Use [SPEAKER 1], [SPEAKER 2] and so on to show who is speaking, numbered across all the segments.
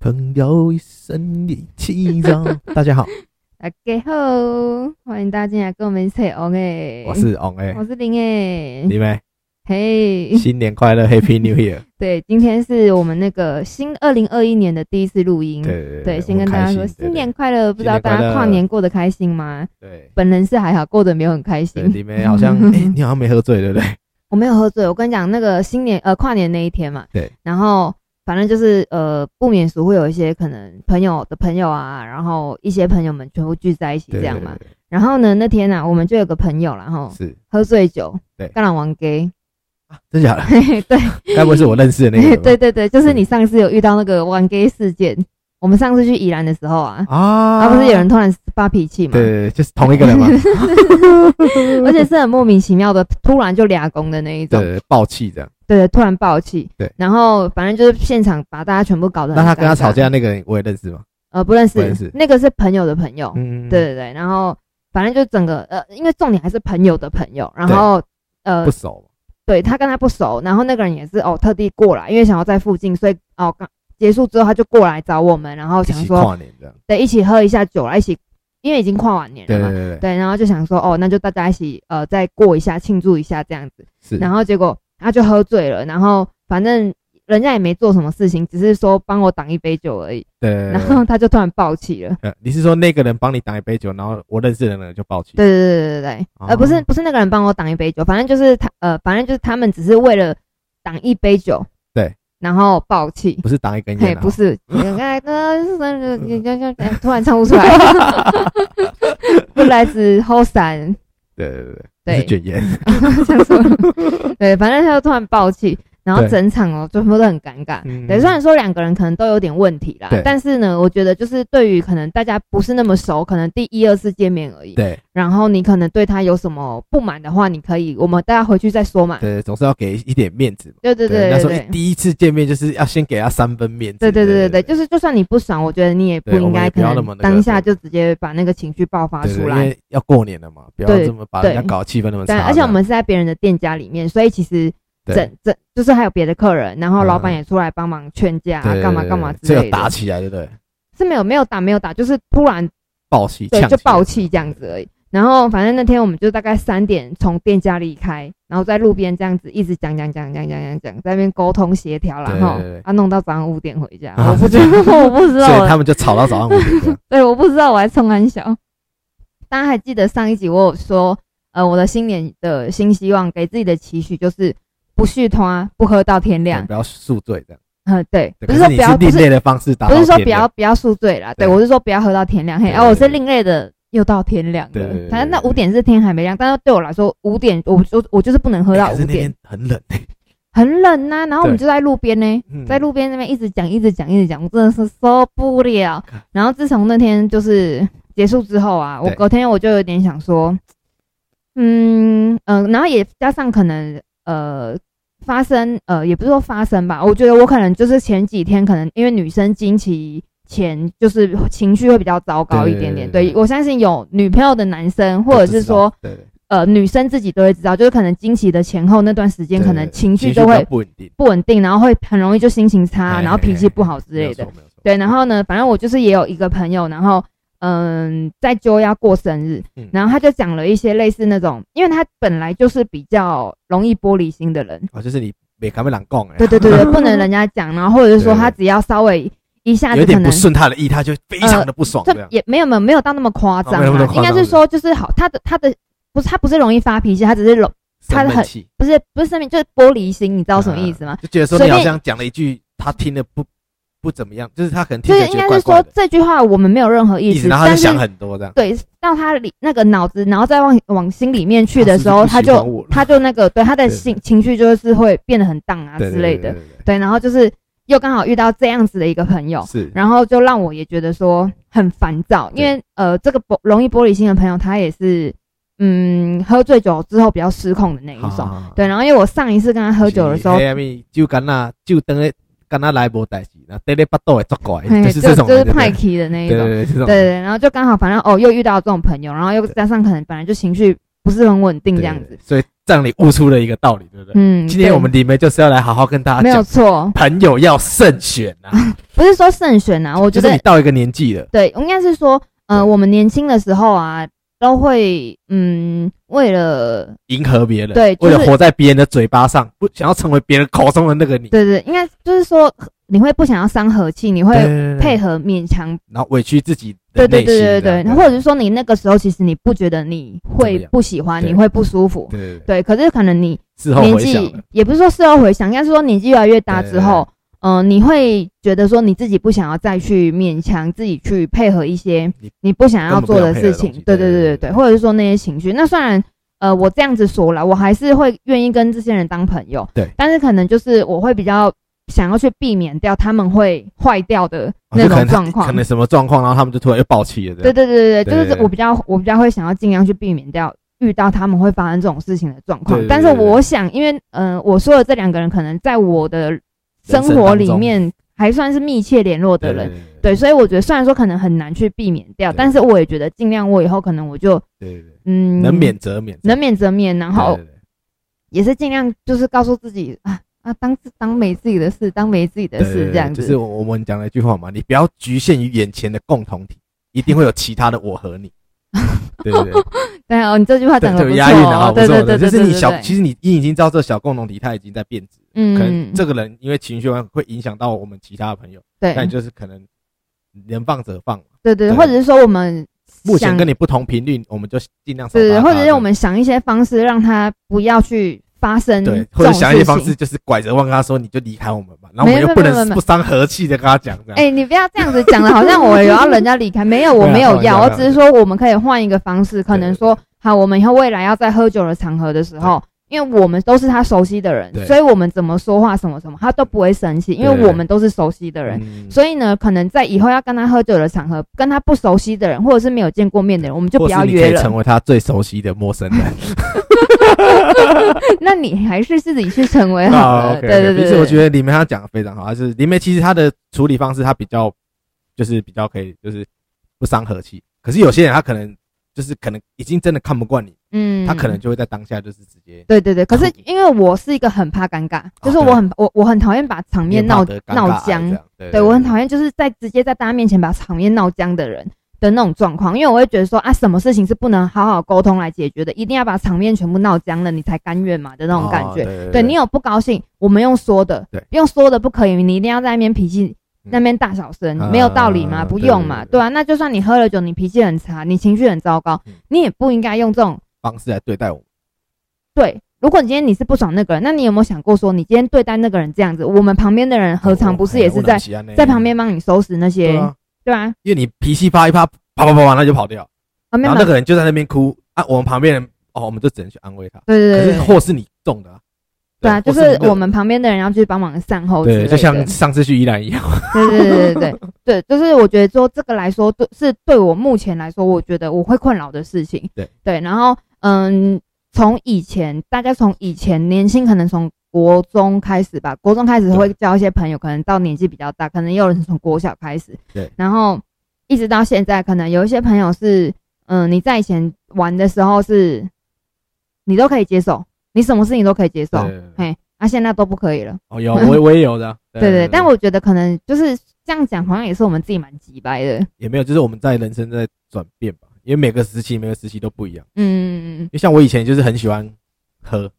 [SPEAKER 1] 朋友一生一起长。大家好，
[SPEAKER 2] 大家好，欢迎大家进来跟我们一起玩诶。
[SPEAKER 1] 我是 On
[SPEAKER 2] 我
[SPEAKER 1] A，
[SPEAKER 2] 是林诶，
[SPEAKER 1] 你们
[SPEAKER 2] 嘿，
[SPEAKER 1] 新年快乐，Happy New Year！
[SPEAKER 2] 对，今天是我们那个新二零二一年的第一次录音。
[SPEAKER 1] 对对
[SPEAKER 2] 对，先跟大家说新年快乐，不知道大
[SPEAKER 1] 新年快乐
[SPEAKER 2] 家跨年过得开心吗？
[SPEAKER 1] 对
[SPEAKER 2] 本人是还好，过得没有很开
[SPEAKER 1] 对，
[SPEAKER 2] 心。
[SPEAKER 1] 你们好像哎，你好像没喝醉，对不对？
[SPEAKER 2] 我没有喝醉，我跟你讲，那个新年呃跨年那一天嘛，
[SPEAKER 1] 对，
[SPEAKER 2] 然后反正就是呃不免俗会有一些可能朋友的朋友啊，然后一些朋友们全部聚在一起
[SPEAKER 1] 对
[SPEAKER 2] 这样
[SPEAKER 1] 对
[SPEAKER 2] 嘛。
[SPEAKER 1] 对
[SPEAKER 2] 然后呢那天啊，我们就有个朋友啦，然后
[SPEAKER 1] 对是
[SPEAKER 2] 喝醉酒，
[SPEAKER 1] 对
[SPEAKER 2] 干了王 gay，
[SPEAKER 1] 真假的？
[SPEAKER 2] 嘿嘿对
[SPEAKER 1] 该不会是我认识的那个吧？
[SPEAKER 2] 对对对，就是你上次有遇到那个玩 gay 事件，我们上次去宜兰的时候啊，
[SPEAKER 1] 啊，
[SPEAKER 2] 啊不是有人突然发脾气嘛，
[SPEAKER 1] 对对，对就是同一个人吗？
[SPEAKER 2] 而且是很莫名其妙的，突然就俩公的那一种，
[SPEAKER 1] 对，爆气这样。
[SPEAKER 2] 对，突然爆气，
[SPEAKER 1] 对，
[SPEAKER 2] 然后反正就是现场把大家全部搞得
[SPEAKER 1] 那
[SPEAKER 2] 很
[SPEAKER 1] 他跟他
[SPEAKER 2] 尴尬
[SPEAKER 1] 吵，架那个人，我也认识吗？
[SPEAKER 2] 呃，不认识，
[SPEAKER 1] 不认识
[SPEAKER 2] 那个是朋友的朋友，
[SPEAKER 1] 嗯，
[SPEAKER 2] 对，对对，然后反正就整个呃，因为重点还是朋友的朋友，然后呃
[SPEAKER 1] 不，熟。
[SPEAKER 2] 对他跟他不熟，然后那个人也是哦特地过来，因为想要在附近，所以哦刚结束之后他就过来找我们，然后
[SPEAKER 1] 一
[SPEAKER 2] 想
[SPEAKER 1] 起
[SPEAKER 2] 说
[SPEAKER 1] 跨年这样，
[SPEAKER 2] 对一起喝一下酒啦，一起因为已经跨完年
[SPEAKER 1] 对
[SPEAKER 2] 了
[SPEAKER 1] 对
[SPEAKER 2] 嘛，
[SPEAKER 1] 对对，
[SPEAKER 2] 对，然后就想说哦那就大家一起呃再过一下庆祝一下这样子，
[SPEAKER 1] 是。
[SPEAKER 2] 然后结果他就喝醉了，然后反正人家也没做什么事情，只是说帮我挡一杯酒而已，
[SPEAKER 1] 对，对
[SPEAKER 2] 然后他就突然爆气了。
[SPEAKER 1] 呃，你是说那个人帮你挡一杯酒，然后我认识的人就抱起？
[SPEAKER 2] 对对对对对对，呃，不是
[SPEAKER 1] 哦
[SPEAKER 2] 不是那个人帮我挡一杯酒，反正就是他呃，反正就是他们只是为了挡一杯酒，
[SPEAKER 1] 对，
[SPEAKER 2] 然后爆气，
[SPEAKER 1] 不是挡一根
[SPEAKER 2] 嘿，
[SPEAKER 1] 烟啊，
[SPEAKER 2] 不是，刚才突然唱不出来，不来自后山，
[SPEAKER 1] 对对对
[SPEAKER 2] 对
[SPEAKER 1] 对，是卷烟，
[SPEAKER 2] 想说，对，反正他就突然爆气，然后
[SPEAKER 1] 对
[SPEAKER 2] 整场哦，全部都很尴尬。
[SPEAKER 1] 嗯
[SPEAKER 2] 对，虽然说两个人可能都有点问题啦
[SPEAKER 1] 对，
[SPEAKER 2] 但是呢，我觉得就是对于可能大家不是那么熟，可能第一二次见面而已。
[SPEAKER 1] 对
[SPEAKER 2] 然后你可能对他有什么不满的话，你可以我们大家回去再说嘛。
[SPEAKER 1] 对，总是要给一点面子嘛。
[SPEAKER 2] 对对对
[SPEAKER 1] 人家
[SPEAKER 2] 对
[SPEAKER 1] 说
[SPEAKER 2] 对
[SPEAKER 1] 一第一次见面就是要先给他三分面子。
[SPEAKER 2] 对对对对
[SPEAKER 1] 对
[SPEAKER 2] 对，就是就算你不爽，我觉得你也不
[SPEAKER 1] 对我
[SPEAKER 2] 应
[SPEAKER 1] 们
[SPEAKER 2] 该
[SPEAKER 1] 也
[SPEAKER 2] 可
[SPEAKER 1] 不要那
[SPEAKER 2] 能
[SPEAKER 1] 么那个
[SPEAKER 2] 当下就直接把那个情绪爆发
[SPEAKER 1] 对对
[SPEAKER 2] 出
[SPEAKER 1] 对
[SPEAKER 2] 来
[SPEAKER 1] 因。为啊要过年了嘛，不要
[SPEAKER 2] 对
[SPEAKER 1] 这么把人家
[SPEAKER 2] 对
[SPEAKER 1] 搞气氛那么
[SPEAKER 2] 对，
[SPEAKER 1] 差。
[SPEAKER 2] 而且我们是在别人的店家里面，所以其实
[SPEAKER 1] 对
[SPEAKER 2] 整整就是还有别的客人，然后
[SPEAKER 1] 嗯
[SPEAKER 2] 老板也出来帮忙劝架
[SPEAKER 1] 对
[SPEAKER 2] 啊，
[SPEAKER 1] 对
[SPEAKER 2] 干嘛
[SPEAKER 1] 对
[SPEAKER 2] 干嘛
[SPEAKER 1] 对
[SPEAKER 2] 之
[SPEAKER 1] 这
[SPEAKER 2] 类
[SPEAKER 1] 有打
[SPEAKER 2] 的。
[SPEAKER 1] 起来，对不对？
[SPEAKER 2] 是没有没有打没有打，就是突然
[SPEAKER 1] 暴气，
[SPEAKER 2] 对
[SPEAKER 1] 呛
[SPEAKER 2] 就
[SPEAKER 1] 起来
[SPEAKER 2] 爆气这样子而已。然后反正那天我们就大概三点从店家离开，然后在路边这样子一直讲讲讲讲讲讲讲，在那边沟通协调啦，
[SPEAKER 1] 对
[SPEAKER 2] 然后
[SPEAKER 1] 对对
[SPEAKER 2] 啊弄到早上五点回家，
[SPEAKER 1] 啊
[SPEAKER 2] 我不知道我不知道
[SPEAKER 1] 所以
[SPEAKER 2] 我
[SPEAKER 1] 他们就吵到早上五 点这样。
[SPEAKER 2] 对我不知道我还冲安小。大家还记得上一集我有说，呃，我的新年的新希望给自己的期许就是不续拖，不喝到天
[SPEAKER 1] 对
[SPEAKER 2] 亮
[SPEAKER 1] 不。要宿醉这样。
[SPEAKER 2] 嗯、对，
[SPEAKER 1] 对
[SPEAKER 2] 啊不
[SPEAKER 1] 可
[SPEAKER 2] 说
[SPEAKER 1] 你
[SPEAKER 2] 不
[SPEAKER 1] 是
[SPEAKER 2] 要，不
[SPEAKER 1] 另
[SPEAKER 2] 是
[SPEAKER 1] 类的方式打，
[SPEAKER 2] 不是说不要不要宿醉啦，对
[SPEAKER 1] 对
[SPEAKER 2] 我是说不要喝到天亮。嘿，
[SPEAKER 1] 对
[SPEAKER 2] 啊，我
[SPEAKER 1] 对
[SPEAKER 2] 是另类的。又到天亮
[SPEAKER 1] 对
[SPEAKER 2] 了
[SPEAKER 1] 对对，
[SPEAKER 2] 反正那
[SPEAKER 1] 对对
[SPEAKER 2] 五点是天还没亮，但是对我来说，五点我我我就是不能喝
[SPEAKER 1] 欸
[SPEAKER 2] 到
[SPEAKER 1] 可
[SPEAKER 2] 五
[SPEAKER 1] 是那
[SPEAKER 2] 点
[SPEAKER 1] 天，很冷，欸
[SPEAKER 2] 很冷呐、然后我们
[SPEAKER 1] 对
[SPEAKER 2] 就在路边呢，
[SPEAKER 1] 嗯
[SPEAKER 2] 在路边那边一直讲，一直讲，一直讲，我真的是受不了。然后自从那天就是结束之后啊，我
[SPEAKER 1] 对
[SPEAKER 2] 隔天我就有点想说，嗯嗯、呃然后也加上可能呃发生呃也不是说发生吧，我觉得我可能就是前几天可能因为女生经期前就是情绪会比较糟糕一点点，
[SPEAKER 1] 对对对对
[SPEAKER 2] 我相信有女朋友的男生或者
[SPEAKER 1] 就是知道
[SPEAKER 2] 说。
[SPEAKER 1] 对对
[SPEAKER 2] 呃女生自己都会知道，就是可能经期的前后那段时间，
[SPEAKER 1] 对
[SPEAKER 2] 可能
[SPEAKER 1] 对
[SPEAKER 2] 情绪
[SPEAKER 1] 绪
[SPEAKER 2] 都
[SPEAKER 1] 比较
[SPEAKER 2] 会
[SPEAKER 1] 不稳定
[SPEAKER 2] 不稳定，然后会很容易就心情差，
[SPEAKER 1] 哎
[SPEAKER 2] 然后脾气不好之类的。。对，然
[SPEAKER 1] 后
[SPEAKER 2] 后呢，反正我就是也有一个朋友，然后嗯，在就要过生
[SPEAKER 1] 嗯
[SPEAKER 2] 日，然后他就讲了一些类似那种，因为他本来就是比较容易玻璃心的人，
[SPEAKER 1] 哦，就是你没跟被人讲哎，
[SPEAKER 2] 对对对对，不能人家 讲，然后或者是说
[SPEAKER 1] 对
[SPEAKER 2] 他只要稍微一下
[SPEAKER 1] 有
[SPEAKER 2] 子可
[SPEAKER 1] 点不
[SPEAKER 2] 能。呃
[SPEAKER 1] 顺他的意，他就非常的不爽这
[SPEAKER 2] 这
[SPEAKER 1] 样。
[SPEAKER 2] 也没有没有没有到那么夸张
[SPEAKER 1] 哦没有那么
[SPEAKER 2] 啊，
[SPEAKER 1] 夸
[SPEAKER 2] 应
[SPEAKER 1] 张
[SPEAKER 2] 该是说就是好，他的他的不是他不是容易发脾气，他只是容他
[SPEAKER 1] 生闷
[SPEAKER 2] 很
[SPEAKER 1] 气，
[SPEAKER 2] 不是不是生病就是玻璃心，你知道什么
[SPEAKER 1] 嗯
[SPEAKER 2] 意思吗？
[SPEAKER 1] 啊就觉得说
[SPEAKER 2] 随
[SPEAKER 1] 你好
[SPEAKER 2] 便
[SPEAKER 1] 像讲了一句他听的不不怎么样，就是他可能听
[SPEAKER 2] 就
[SPEAKER 1] 起来
[SPEAKER 2] 是应
[SPEAKER 1] 觉得
[SPEAKER 2] 该
[SPEAKER 1] 怪
[SPEAKER 2] 是
[SPEAKER 1] 怪
[SPEAKER 2] 说
[SPEAKER 1] 的
[SPEAKER 2] 这句话我们没有任何意
[SPEAKER 1] 意
[SPEAKER 2] 思，
[SPEAKER 1] 思，然后他
[SPEAKER 2] 但
[SPEAKER 1] 就是想很多这样。
[SPEAKER 2] 对到他里那个脑子，然后再往往心里面去的时候，
[SPEAKER 1] 他是
[SPEAKER 2] 他
[SPEAKER 1] 不是不喜欢
[SPEAKER 2] 就
[SPEAKER 1] 我
[SPEAKER 2] 他就那个对他的
[SPEAKER 1] 对
[SPEAKER 2] 心情绪就是会变得很荡啊
[SPEAKER 1] 对
[SPEAKER 2] 之类
[SPEAKER 1] 对对
[SPEAKER 2] 的，，
[SPEAKER 1] 对对对
[SPEAKER 2] 对，然后就是又刚好遇到这样子的一个朋友，
[SPEAKER 1] 是
[SPEAKER 2] 然后就让我也觉得说很烦躁，因
[SPEAKER 1] 对
[SPEAKER 2] 为呃这个玻容易玻璃心的朋友，他也是嗯喝醉酒之后比较失控的那一种，
[SPEAKER 1] 爽
[SPEAKER 2] 对，然后因为我上一次跟他喝酒的时候，
[SPEAKER 1] 哎咪就干那就等诶干那来无代志，那对咧巴肚会作怪，
[SPEAKER 2] 嘿
[SPEAKER 1] 哎就是这种
[SPEAKER 2] 就
[SPEAKER 1] 人
[SPEAKER 2] 是派 k 的那一
[SPEAKER 1] 对
[SPEAKER 2] 种
[SPEAKER 1] 对。对对这种
[SPEAKER 2] 对对，然后就刚好反正哦又遇到这种朋友，然后又加上可能本来就情绪不是很稳定
[SPEAKER 1] 对
[SPEAKER 2] 这样子。，
[SPEAKER 1] 所以让你悟出了一个道理，对不对？
[SPEAKER 2] 嗯，
[SPEAKER 1] 今天
[SPEAKER 2] 对
[SPEAKER 1] 我们李梅就是要来好好跟大家
[SPEAKER 2] 没有
[SPEAKER 1] 讲，
[SPEAKER 2] 错，
[SPEAKER 1] 朋友要慎选 啊，
[SPEAKER 2] 不是说慎选啊，我觉
[SPEAKER 1] 就
[SPEAKER 2] 得
[SPEAKER 1] 是你到一个年纪了，
[SPEAKER 2] 对，应该是说，呃，
[SPEAKER 1] 对
[SPEAKER 2] 我们年轻的时候啊，都会嗯，为了
[SPEAKER 1] 迎合别人，
[SPEAKER 2] 对就
[SPEAKER 1] 为
[SPEAKER 2] 是
[SPEAKER 1] 了活在别人的嘴巴上，不想要成为别人口中的那个你，
[SPEAKER 2] 对对，应该就是说，你会不想要伤和气，你会
[SPEAKER 1] 对
[SPEAKER 2] 配，合勉强，
[SPEAKER 1] 然后委屈自己的
[SPEAKER 2] 对对
[SPEAKER 1] 内心，
[SPEAKER 2] 对对
[SPEAKER 1] 这样
[SPEAKER 2] 对，或者是说你那个时候其实你不觉得你会
[SPEAKER 1] 样
[SPEAKER 2] 不喜欢，
[SPEAKER 1] 对
[SPEAKER 2] 你会不舒服，
[SPEAKER 1] 对对对，
[SPEAKER 2] 对，可是可能你
[SPEAKER 1] 事后
[SPEAKER 2] 年
[SPEAKER 1] 回想
[SPEAKER 2] 纪
[SPEAKER 1] 了，哦
[SPEAKER 2] 也不是说事后回想，应该是说年纪越来越大
[SPEAKER 1] 对
[SPEAKER 2] 之后，嗯、你会觉得说你自己不想要再去勉强自己去配合一些
[SPEAKER 1] 你
[SPEAKER 2] 你不想要做
[SPEAKER 1] 根本不想配合的
[SPEAKER 2] 事情
[SPEAKER 1] 东西，对
[SPEAKER 2] 对对
[SPEAKER 1] 对对
[SPEAKER 2] 对对，或者是说那些情绪。那虽然呃我这样子说了，我还是会愿意跟这些人当朋友，
[SPEAKER 1] 对
[SPEAKER 2] 但是可能就是我会比较想要去避免掉他们会坏掉的
[SPEAKER 1] 哦
[SPEAKER 2] 那
[SPEAKER 1] 就可
[SPEAKER 2] 种
[SPEAKER 1] 能
[SPEAKER 2] 状况，
[SPEAKER 1] 可能什么状况，然后他们就突然又爆气了，这
[SPEAKER 2] 对
[SPEAKER 1] 样，
[SPEAKER 2] 对对对
[SPEAKER 1] 对对
[SPEAKER 2] 对，就是我比较我比较会想要尽量去避免掉遇到他们会发生这种事情的状况
[SPEAKER 1] 对。对
[SPEAKER 2] 但是
[SPEAKER 1] 对对
[SPEAKER 2] 我想，因为嗯、呃我说的这两个人可能在我的生
[SPEAKER 1] 人生
[SPEAKER 2] 活
[SPEAKER 1] 当
[SPEAKER 2] 里
[SPEAKER 1] 中
[SPEAKER 2] 面还算是密切联络的
[SPEAKER 1] 对
[SPEAKER 2] 人，
[SPEAKER 1] 对
[SPEAKER 2] 对，所以我觉得虽然说可能很难去避免掉，
[SPEAKER 1] 对
[SPEAKER 2] 但是我也觉得尽量我以后可能我就
[SPEAKER 1] 对对对，
[SPEAKER 2] 嗯
[SPEAKER 1] 能免则免，
[SPEAKER 2] 能免则免，然
[SPEAKER 1] 对，
[SPEAKER 2] 后
[SPEAKER 1] 对对
[SPEAKER 2] 也是尽量就是告诉自己啊啊，当当没自己的事，当没自己的
[SPEAKER 1] 对对
[SPEAKER 2] 事
[SPEAKER 1] 对
[SPEAKER 2] 这样
[SPEAKER 1] 就是
[SPEAKER 2] 子。
[SPEAKER 1] 我我们讲了一句话嘛，你不要局限于眼前的共同体，一定会有其他的我和 你。对对对，
[SPEAKER 2] 对啊，哦你这句话讲
[SPEAKER 1] 对，这
[SPEAKER 2] 的不
[SPEAKER 1] 有
[SPEAKER 2] 错
[SPEAKER 1] 押韵的
[SPEAKER 2] 哦
[SPEAKER 1] 好，，不
[SPEAKER 2] 对
[SPEAKER 1] 错
[SPEAKER 2] 对
[SPEAKER 1] 的，
[SPEAKER 2] 对对，
[SPEAKER 1] 就是
[SPEAKER 2] 对
[SPEAKER 1] 你
[SPEAKER 2] 对
[SPEAKER 1] 小
[SPEAKER 2] 对，
[SPEAKER 1] 其实你你已经知道这个小共同体它已经在变质，可能
[SPEAKER 2] 嗯，
[SPEAKER 1] 这个人因为情绪化会影响到我们其他的朋友，
[SPEAKER 2] 对，
[SPEAKER 1] 但就是可能能放则放嘛，
[SPEAKER 2] 对对，
[SPEAKER 1] 对
[SPEAKER 2] 或者是说我们
[SPEAKER 1] 目前
[SPEAKER 2] 想
[SPEAKER 1] 跟你不同频率，我们就尽量少
[SPEAKER 2] 对对，
[SPEAKER 1] 搭
[SPEAKER 2] 或
[SPEAKER 1] 搭
[SPEAKER 2] 者是我们想一些方式让他不要去发生
[SPEAKER 1] 对，
[SPEAKER 2] 这
[SPEAKER 1] 或者
[SPEAKER 2] 种
[SPEAKER 1] 想一些方
[SPEAKER 2] 事
[SPEAKER 1] 式
[SPEAKER 2] 情。
[SPEAKER 1] 就是拐着弯跟他说你就离开我们吧，然后我
[SPEAKER 2] 没
[SPEAKER 1] 们
[SPEAKER 2] 有
[SPEAKER 1] 又不
[SPEAKER 2] 没有没
[SPEAKER 1] 能
[SPEAKER 2] 有
[SPEAKER 1] 不伤和气的跟他讲这样。
[SPEAKER 2] 哎、你不要这样子讲的，好像我有要人家离开，没有，我
[SPEAKER 1] 对啊
[SPEAKER 2] 没有
[SPEAKER 1] 对啊
[SPEAKER 2] 要，我
[SPEAKER 1] 对啊
[SPEAKER 2] 只是说我们可以换一个方式，可能
[SPEAKER 1] 对
[SPEAKER 2] 说，好，我们以后未来要在喝酒的场合的时候，因为我们都是他熟悉的人，
[SPEAKER 1] 对
[SPEAKER 2] 所以我们怎么说话什么什么，他都不会生气，因
[SPEAKER 1] 对
[SPEAKER 2] 为
[SPEAKER 1] 对
[SPEAKER 2] 我们都是熟悉的人，
[SPEAKER 1] 嗯
[SPEAKER 2] 所以呢，可能在以后要跟他喝酒的场合，跟他不熟悉的人，或者是没有见过面的人，我们就
[SPEAKER 1] 或
[SPEAKER 2] 不要
[SPEAKER 1] 是你
[SPEAKER 2] 约
[SPEAKER 1] 可以
[SPEAKER 2] 了。
[SPEAKER 1] 成为他最熟悉的陌生人。
[SPEAKER 2] 那你还是自己去成 为好
[SPEAKER 1] 啊
[SPEAKER 2] 了。
[SPEAKER 1] ，OK，
[SPEAKER 2] 对对对，
[SPEAKER 1] 其实我觉得李梅她讲的非常好，就是李梅其实她的处理方式，她比较就是比较可以，就是不伤和气。可是有些人他可能就是可能已经真的看不惯你，
[SPEAKER 2] 嗯，
[SPEAKER 1] 他可能就会在当下就是直接
[SPEAKER 2] 对对对。可是因为我是一个很怕尴尬，就是
[SPEAKER 1] 哦对
[SPEAKER 2] 我很我我很讨厌把场面闹
[SPEAKER 1] 得尴尬啊
[SPEAKER 2] 闹
[SPEAKER 1] 这
[SPEAKER 2] 僵，
[SPEAKER 1] 样。对
[SPEAKER 2] 对我很讨厌就是在直接在大家面前把场面闹僵的人。的那种状况，因为我会觉得说啊，什么事情是不能好好沟通来解决的，一定要把场面全部闹僵了，你才甘愿嘛的那种感觉。
[SPEAKER 1] 哦对
[SPEAKER 2] 对你有不高兴，我们用说的，
[SPEAKER 1] 对
[SPEAKER 2] 用说的不可以，你一定要在那边脾气
[SPEAKER 1] 嗯
[SPEAKER 2] 那边大小声，
[SPEAKER 1] 啊
[SPEAKER 2] 没有道理嘛，不用
[SPEAKER 1] 对
[SPEAKER 2] 嘛，
[SPEAKER 1] 对对
[SPEAKER 2] 对啊，那就算你喝了酒，你脾气很差，你情绪很糟糕
[SPEAKER 1] 嗯，
[SPEAKER 2] 你也不应该用这种
[SPEAKER 1] 方式来对待我们，
[SPEAKER 2] 对。如果你今天你是不爽那个人，那你有没有想过说，你今天对待那个人这样子，我们旁边的人何尝不
[SPEAKER 1] 哦
[SPEAKER 2] 是也是在
[SPEAKER 1] 啊
[SPEAKER 2] 在旁边帮你收拾那
[SPEAKER 1] 哎对
[SPEAKER 2] 些，
[SPEAKER 1] 啊，
[SPEAKER 2] 对啊，
[SPEAKER 1] 因为你脾气啪一啪，啪啪啪啪，那就跑掉，
[SPEAKER 2] 旁边
[SPEAKER 1] 然后
[SPEAKER 2] 嘛
[SPEAKER 1] 那，个人就在那边哭啊，我们旁边人哦，我们就只能去安慰他。
[SPEAKER 2] 对对
[SPEAKER 1] 可
[SPEAKER 2] 对
[SPEAKER 1] 是
[SPEAKER 2] 对，
[SPEAKER 1] 祸是你中的啊，
[SPEAKER 2] 对啊，就
[SPEAKER 1] 祸
[SPEAKER 2] 是
[SPEAKER 1] 你的
[SPEAKER 2] 我们旁边的人要去帮忙善哦后之类
[SPEAKER 1] 对，
[SPEAKER 2] 的，
[SPEAKER 1] 就像上次去宜兰一样，
[SPEAKER 2] 对对对对对对，就是我觉得说这个来说，对是对我目前来说，我觉得我会困扰的事情。
[SPEAKER 1] 对
[SPEAKER 2] 对，然后嗯，从以前大家从以前年轻，可能从国中开始吧，国中开始会交一些朋友，可能到年纪比较大，可能也有人是从国小开始。
[SPEAKER 1] 对，
[SPEAKER 2] 然后一直到现在，可能有一些朋友是，嗯，你在以前玩的时候是，你都可以接受，你什么事情都可以接受，
[SPEAKER 1] 对对对
[SPEAKER 2] 嘿，啊，现在都不可以了。
[SPEAKER 1] 哦，有我我也有的啊，
[SPEAKER 2] 对对，但我觉得可能就是这样讲，好像也是我们自己蛮急白的。
[SPEAKER 1] 也没有，就是我们在人生在转变吧，因为每个时期每个时期都不一样。
[SPEAKER 2] 嗯，
[SPEAKER 1] 因为像我以前就是很喜欢喝，